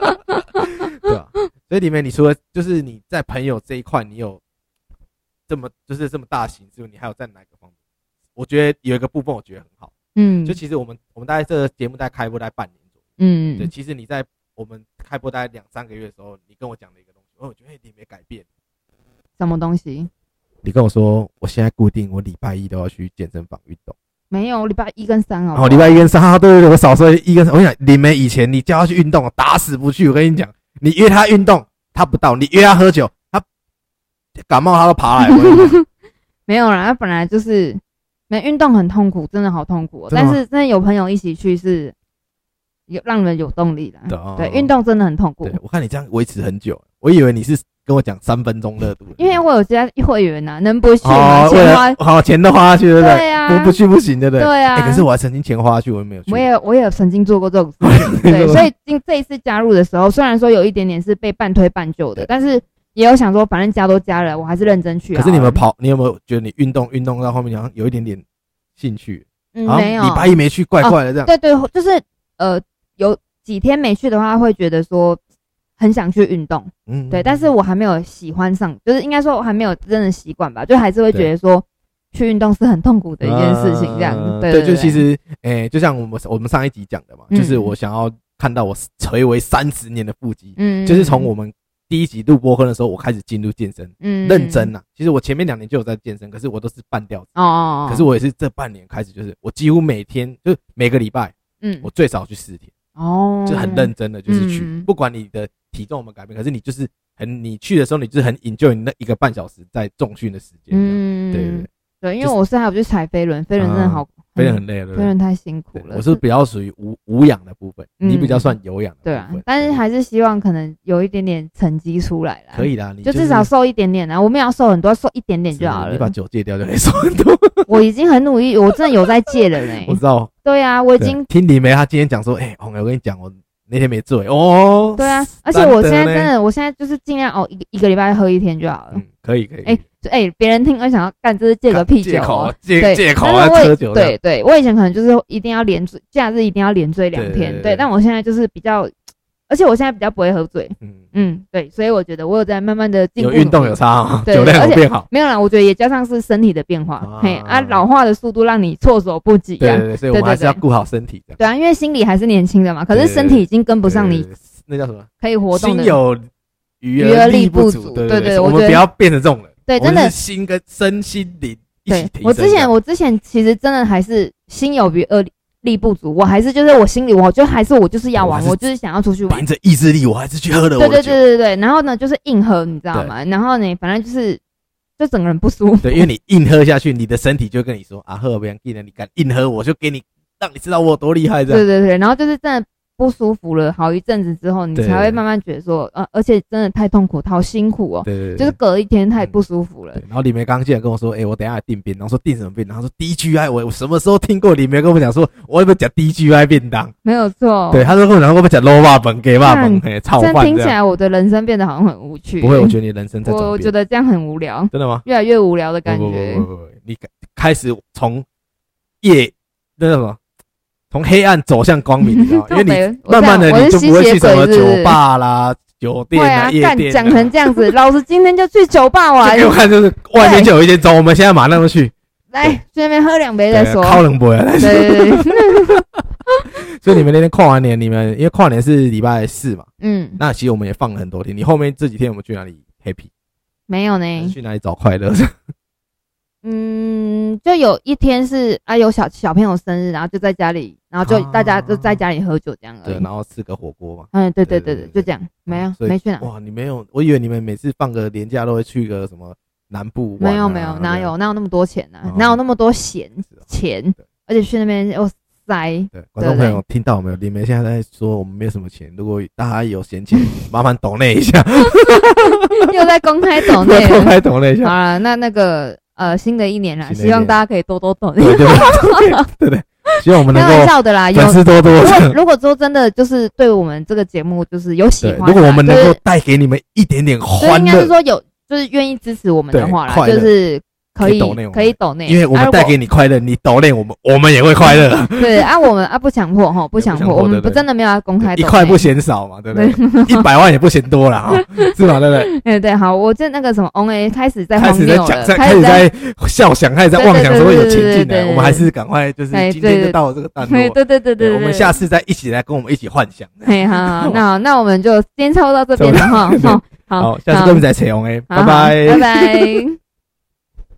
[SPEAKER 1] 对吧？所以里面你除了就是你在朋友这一块，你有这么就是这么大型之外，你还有在哪个方面？我觉得有一个部分我觉得很好，
[SPEAKER 2] 嗯
[SPEAKER 1] 就其实我们我们大概这个节目大概开播大概半年左右，对，
[SPEAKER 2] 嗯，
[SPEAKER 1] 其实你在我们开播大概两三个月的时候，你跟我讲的一个东西，哦我觉得哎你没改变。
[SPEAKER 2] 什么东西？
[SPEAKER 1] 你跟我说，我现在固定我礼拜一都要去健身房运动。
[SPEAKER 2] 没有，礼拜一跟三哦。
[SPEAKER 1] 哦，礼拜一跟三号，对对对，我少说一跟三。我想李梅以前你叫他去运动，啊打死不去。我跟你讲，你约他运动，他不到；你约他喝酒，他感冒他都爬来。我跟你讲
[SPEAKER 2] 没有啦，他本来就是没运动很痛苦，真的好痛苦、哦。
[SPEAKER 1] 真的
[SPEAKER 2] 但
[SPEAKER 1] 吗
[SPEAKER 2] 是真的有朋友一起去是有让人有动力
[SPEAKER 1] 对
[SPEAKER 2] 的。
[SPEAKER 1] 哦
[SPEAKER 2] 对，运动真的很痛苦
[SPEAKER 1] 对，，我看你这样维持很久，我以为你是跟我讲三分钟热度的，
[SPEAKER 2] 因为我有加会员呐、能不去吗？
[SPEAKER 1] 哦，为
[SPEAKER 2] 钱花
[SPEAKER 1] 了好钱都花下去，对不对？
[SPEAKER 2] 对啊，
[SPEAKER 1] 不不去不行，对不对？
[SPEAKER 2] 对啊
[SPEAKER 1] 哎可是我还曾经钱花下去，我又没有去。
[SPEAKER 2] 我也我也曾经做过这种事情， 对，所以今这一次加入的时候，虽然说有一点点是被半推半就的，但是也有想说，反正加都加了，我还是认真去好
[SPEAKER 1] 可
[SPEAKER 2] 了。
[SPEAKER 1] 是你们跑，你有没有觉得你运动运动到后面好像有一点点兴趣？
[SPEAKER 2] 嗯
[SPEAKER 1] 好像
[SPEAKER 2] 没有？哦
[SPEAKER 1] 礼拜一没去，怪怪的这样。
[SPEAKER 2] 对对，就是呃，有几天没去的话，会觉得说很想去运动，
[SPEAKER 1] 嗯，
[SPEAKER 2] 对，但是我还没有喜欢上，就是应该说我还没有真的习惯吧，就还是会觉得说去运动是很痛苦的一件事情，这样
[SPEAKER 1] 嗯
[SPEAKER 2] 对
[SPEAKER 1] 就其实，诶、就像我们我们上一集讲的嘛，
[SPEAKER 2] 嗯
[SPEAKER 1] 就是我想要看到我垂为三十年的腹肌，
[SPEAKER 2] 嗯，
[SPEAKER 1] 就是从我们第一集录播课的时候，我开始进入健身，
[SPEAKER 2] 嗯
[SPEAKER 1] 认真啦。其实我前面两年就有在健身，可是我都是半吊子。
[SPEAKER 2] 哦哦，哦
[SPEAKER 1] 可是我也是这半年开始，就是我几乎每天，就是每个礼拜，
[SPEAKER 2] 嗯
[SPEAKER 1] 我最少去四天，
[SPEAKER 2] 哦
[SPEAKER 1] 就很认真的，就是去，
[SPEAKER 2] 嗯
[SPEAKER 1] 不管你的体重有没有改变，可是你就是很，你去的时候，你就是很 enjoy 你那一个半小时在重训的时间，嗯，
[SPEAKER 2] 嗯，
[SPEAKER 1] 对对对，
[SPEAKER 2] 对，因为
[SPEAKER 1] 就是
[SPEAKER 2] 我是还有去踩飞轮，飞轮真的好，嗯
[SPEAKER 1] 非常很累啊了，对不
[SPEAKER 2] 飞
[SPEAKER 1] 对
[SPEAKER 2] 轮太辛苦
[SPEAKER 1] 对
[SPEAKER 2] 了。
[SPEAKER 1] 我是比较属于无无氧的部分，
[SPEAKER 2] 嗯
[SPEAKER 1] 你比较算有氧的部
[SPEAKER 2] 对
[SPEAKER 1] 分。
[SPEAKER 2] 啊，但是还是希望可能有一点点成绩出来啦。
[SPEAKER 1] 可，以啦，你
[SPEAKER 2] 就是至少瘦一点点啊，我没有要瘦很多，瘦一点点
[SPEAKER 1] 是
[SPEAKER 2] 就好
[SPEAKER 1] 你把
[SPEAKER 2] 了。
[SPEAKER 1] 酒戒掉就可以瘦很多。
[SPEAKER 2] 我已经很努力，我真的有在戒了
[SPEAKER 1] 我
[SPEAKER 2] 呢
[SPEAKER 1] 知。道，
[SPEAKER 2] 对啊，我
[SPEAKER 1] 我
[SPEAKER 2] 已经
[SPEAKER 1] 听李梅她今天讲说，哎，红梅，我跟你讲，我那天没醉哦。
[SPEAKER 2] 对啊，而且
[SPEAKER 1] 难得
[SPEAKER 2] 我现在
[SPEAKER 1] 呢
[SPEAKER 2] 真的，我现在就是尽量哦，一个一个礼拜喝一天就好了。
[SPEAKER 1] 嗯，可以可以。
[SPEAKER 2] 哎就哎，别人听会想要干，这是戒
[SPEAKER 1] 借
[SPEAKER 2] 个屁酒
[SPEAKER 1] 借口
[SPEAKER 2] 哦。
[SPEAKER 1] 啊借
[SPEAKER 2] 对，
[SPEAKER 1] 借口
[SPEAKER 2] 但
[SPEAKER 1] 啊，
[SPEAKER 2] 是我也
[SPEAKER 1] 喝酒这样。
[SPEAKER 2] 对对，我以前可能就是一定要连追，假日一定要连追两
[SPEAKER 1] 对对
[SPEAKER 2] 天，
[SPEAKER 1] 对
[SPEAKER 2] 对
[SPEAKER 1] 对
[SPEAKER 2] 但我现在就是比较，而且我现在比较不会喝醉，
[SPEAKER 1] 嗯，
[SPEAKER 2] 嗯，对，所以我觉得我有在慢慢的进
[SPEAKER 1] 有
[SPEAKER 2] 步努力。
[SPEAKER 1] 运动有差哦，
[SPEAKER 2] 对
[SPEAKER 1] 酒量有
[SPEAKER 2] 而且
[SPEAKER 1] 变好。
[SPEAKER 2] 没有啦，我觉得也加上是身体的变化，
[SPEAKER 1] 啊
[SPEAKER 2] 嘿啊，老化的速度让你措手不及
[SPEAKER 1] 对
[SPEAKER 2] 啊
[SPEAKER 1] 对。对，所以我们
[SPEAKER 2] 对对
[SPEAKER 1] 还是要
[SPEAKER 2] 对
[SPEAKER 1] 顾好身体的。
[SPEAKER 2] 对啊，因为心理还是年轻的嘛，可
[SPEAKER 1] 对
[SPEAKER 2] 是
[SPEAKER 1] 对对
[SPEAKER 2] 身体已经跟不
[SPEAKER 1] 不
[SPEAKER 2] 上你
[SPEAKER 1] 那叫什么？
[SPEAKER 2] 可以活动
[SPEAKER 1] 心
[SPEAKER 2] 的。
[SPEAKER 1] 有余
[SPEAKER 2] 余
[SPEAKER 1] 而
[SPEAKER 2] 而力
[SPEAKER 1] 不
[SPEAKER 2] 不
[SPEAKER 1] 足。
[SPEAKER 2] 足
[SPEAKER 1] 对
[SPEAKER 2] 对对
[SPEAKER 1] 对，
[SPEAKER 2] 对
[SPEAKER 1] 我
[SPEAKER 2] 我
[SPEAKER 1] 们
[SPEAKER 2] 觉
[SPEAKER 1] 不
[SPEAKER 2] 得
[SPEAKER 1] 要变成这种人。
[SPEAKER 2] 对，
[SPEAKER 1] 我
[SPEAKER 2] 真
[SPEAKER 1] 们
[SPEAKER 2] 的
[SPEAKER 1] 是，心跟身心灵一起
[SPEAKER 2] 对
[SPEAKER 1] 提升。
[SPEAKER 2] 我之
[SPEAKER 1] 这
[SPEAKER 2] 前
[SPEAKER 1] 样
[SPEAKER 2] 我之前其实真的还是心有余而力不足，我还是就是我心里，我就还是我就是要
[SPEAKER 1] 我还
[SPEAKER 2] 玩，
[SPEAKER 1] 是
[SPEAKER 2] 我就是想要出去玩
[SPEAKER 1] 凭。着意志力，我还是去喝了
[SPEAKER 2] 对
[SPEAKER 1] 我
[SPEAKER 2] 对
[SPEAKER 1] 的
[SPEAKER 2] 对
[SPEAKER 1] 酒。
[SPEAKER 2] 对对，然后呢就是硬喝，你知道吗？然后呢，反正就是就整个人不舒服。
[SPEAKER 1] 对因为你硬喝下去，你的身体就跟你说啊，喝不要紧了，你敢硬喝，我就给你让你知道我有多厉害这
[SPEAKER 2] 对
[SPEAKER 1] 样。
[SPEAKER 2] 对对，然后就是真的不舒服了好一阵子之后，你
[SPEAKER 1] 对
[SPEAKER 2] 才会慢慢觉得说，呃，而且真的太痛苦，好辛苦哦，
[SPEAKER 1] 对对嗯
[SPEAKER 2] 就是隔一天太不舒服了
[SPEAKER 1] 对。。然后李梅刚进来跟我说，哎，我等一下来订便当，然后说订什么便当？然后说 DGI，我我什么时候听过李梅跟我讲说，我要不要讲 DGI 便当？
[SPEAKER 2] 没有错，
[SPEAKER 1] 对，他说跟我讲说我要不要讲 low 霸本、给霸本、嘿炒
[SPEAKER 2] 这样
[SPEAKER 1] 饭
[SPEAKER 2] 哦听
[SPEAKER 1] 这
[SPEAKER 2] 起
[SPEAKER 1] 样。
[SPEAKER 2] 来我的人生变得好像很无趣。
[SPEAKER 1] 不会，我觉得你人生在
[SPEAKER 2] 我
[SPEAKER 1] 转
[SPEAKER 2] 我
[SPEAKER 1] 变
[SPEAKER 2] 觉。得这样很无聊，
[SPEAKER 1] 真的吗？
[SPEAKER 2] 越来越无聊的感
[SPEAKER 1] 不不
[SPEAKER 2] 觉
[SPEAKER 1] 不。不不，你开开始从夜那叫什么，从黑暗走向光明，你知道吗？因为你
[SPEAKER 2] 你
[SPEAKER 1] 慢慢的你就不会去什么酒。
[SPEAKER 2] 我
[SPEAKER 1] 吧啦、酒
[SPEAKER 2] 是吸血
[SPEAKER 1] 店
[SPEAKER 2] 鬼是不是会
[SPEAKER 1] 啊、
[SPEAKER 2] 啊，
[SPEAKER 1] 夜
[SPEAKER 2] 干
[SPEAKER 1] 店、
[SPEAKER 2] 讲成这样子，老子今天就去酒吧 玩
[SPEAKER 1] 就给，我看，就是外面就有一间走，我们现在马上就去，呃
[SPEAKER 2] 来去那边喝两杯再说。
[SPEAKER 1] 啊靠冷博呀。
[SPEAKER 2] 对对对对，
[SPEAKER 1] 所以你们那天跨完年，你们因为跨年是礼拜四嘛，
[SPEAKER 2] 嗯，
[SPEAKER 1] 那其实我们也放了很多天。你后面这几天我们去哪里 happy？
[SPEAKER 2] 没有呢。
[SPEAKER 1] 还是去哪里找快乐？
[SPEAKER 2] 嗯，就有一天是啊，有小小朋友生日，然后就在家里，然后就
[SPEAKER 1] 啊
[SPEAKER 2] 大家就在家里喝酒这样而
[SPEAKER 1] 对，
[SPEAKER 2] 已。
[SPEAKER 1] 然后吃个火锅嘛。
[SPEAKER 2] 嗯，对
[SPEAKER 1] 对对
[SPEAKER 2] 对对
[SPEAKER 1] 对
[SPEAKER 2] 对，
[SPEAKER 1] 对
[SPEAKER 2] 就这样，没有
[SPEAKER 1] 所以
[SPEAKER 2] 没去哪，
[SPEAKER 1] 哇，你没有，我以为你们每次放个年假都会去个什么南部玩啊。
[SPEAKER 2] 没有没有，哪有哪有那么多钱呢
[SPEAKER 1] 哦？
[SPEAKER 2] 哪有那么多闲
[SPEAKER 1] 是哦
[SPEAKER 2] 钱
[SPEAKER 1] 对？
[SPEAKER 2] 而且去那边又塞，
[SPEAKER 1] 对，观众朋友听到没有？李梅现在在说我们没有什么钱，如果大家有闲 钱，麻烦抖那一下，
[SPEAKER 2] 又在公开抖 内啊
[SPEAKER 1] 偷。拍抖那一
[SPEAKER 2] 好
[SPEAKER 1] 下，
[SPEAKER 2] 了，那那个呃，新的一年啦，
[SPEAKER 1] 新的一
[SPEAKER 2] 希望
[SPEAKER 1] 年
[SPEAKER 2] 大家可以多多抖内。
[SPEAKER 1] 对对对对对对，希望我们
[SPEAKER 2] 开
[SPEAKER 1] 能
[SPEAKER 2] 玩
[SPEAKER 1] 够
[SPEAKER 2] 笑的啦，有
[SPEAKER 1] 粉丝多多。
[SPEAKER 2] 如果如果说真的就是对我们这个节目就是有喜
[SPEAKER 1] 对，
[SPEAKER 2] 欢啊，
[SPEAKER 1] 如果我们能
[SPEAKER 2] 就
[SPEAKER 1] 够
[SPEAKER 2] 是
[SPEAKER 1] 带给你们一点点
[SPEAKER 2] 就是
[SPEAKER 1] 欢
[SPEAKER 2] 应该是
[SPEAKER 1] 乐，
[SPEAKER 2] 说有就是愿意支持我们的
[SPEAKER 1] 对
[SPEAKER 2] 话啦，
[SPEAKER 1] 快乐
[SPEAKER 2] 就是可
[SPEAKER 1] 可以抖内我
[SPEAKER 2] 以
[SPEAKER 1] 们
[SPEAKER 2] 可以抖内，
[SPEAKER 1] 因为我
[SPEAKER 2] 啊
[SPEAKER 1] 们
[SPEAKER 2] 如
[SPEAKER 1] 带
[SPEAKER 2] 果
[SPEAKER 1] 给你快乐，你抖练我们，我们也会快乐，
[SPEAKER 2] 对啊，我们啊不强迫哈，不强
[SPEAKER 1] 不强迫
[SPEAKER 2] 迫，我们
[SPEAKER 1] 对对
[SPEAKER 2] 不真的没有要公开
[SPEAKER 1] 一
[SPEAKER 2] 抖内
[SPEAKER 1] 块不嫌少嘛，对不对？一百万也不嫌多了啊， 是吧？对不对？
[SPEAKER 2] 哎，对，好，我这那个什么 on a 开始在
[SPEAKER 1] 开
[SPEAKER 2] 荒
[SPEAKER 1] 始在
[SPEAKER 2] 谬
[SPEAKER 1] 讲，
[SPEAKER 2] 了，
[SPEAKER 1] 在
[SPEAKER 2] 开
[SPEAKER 1] 开始
[SPEAKER 2] 始
[SPEAKER 1] 在笑，想开始在妄想，
[SPEAKER 2] 对对对
[SPEAKER 1] 所以有前
[SPEAKER 2] 对对
[SPEAKER 1] 进
[SPEAKER 2] 对
[SPEAKER 1] 的，
[SPEAKER 2] 对
[SPEAKER 1] 我们还是赶快，就是
[SPEAKER 2] 哎
[SPEAKER 1] 今天
[SPEAKER 2] 对
[SPEAKER 1] 就
[SPEAKER 2] 对
[SPEAKER 1] 到了这个段
[SPEAKER 2] 嘿
[SPEAKER 1] 落。
[SPEAKER 2] 对对对对对，哎
[SPEAKER 1] 我们下次再一起来跟我们一起幻想。
[SPEAKER 2] 嘿，好，好那好那我们就今天差不多到这边了哈，
[SPEAKER 1] 走
[SPEAKER 2] 哈，
[SPEAKER 1] 好，
[SPEAKER 2] 好，
[SPEAKER 1] 下次跟我们再扯 on A，
[SPEAKER 2] 好
[SPEAKER 1] 拜拜
[SPEAKER 2] 好拜。拜。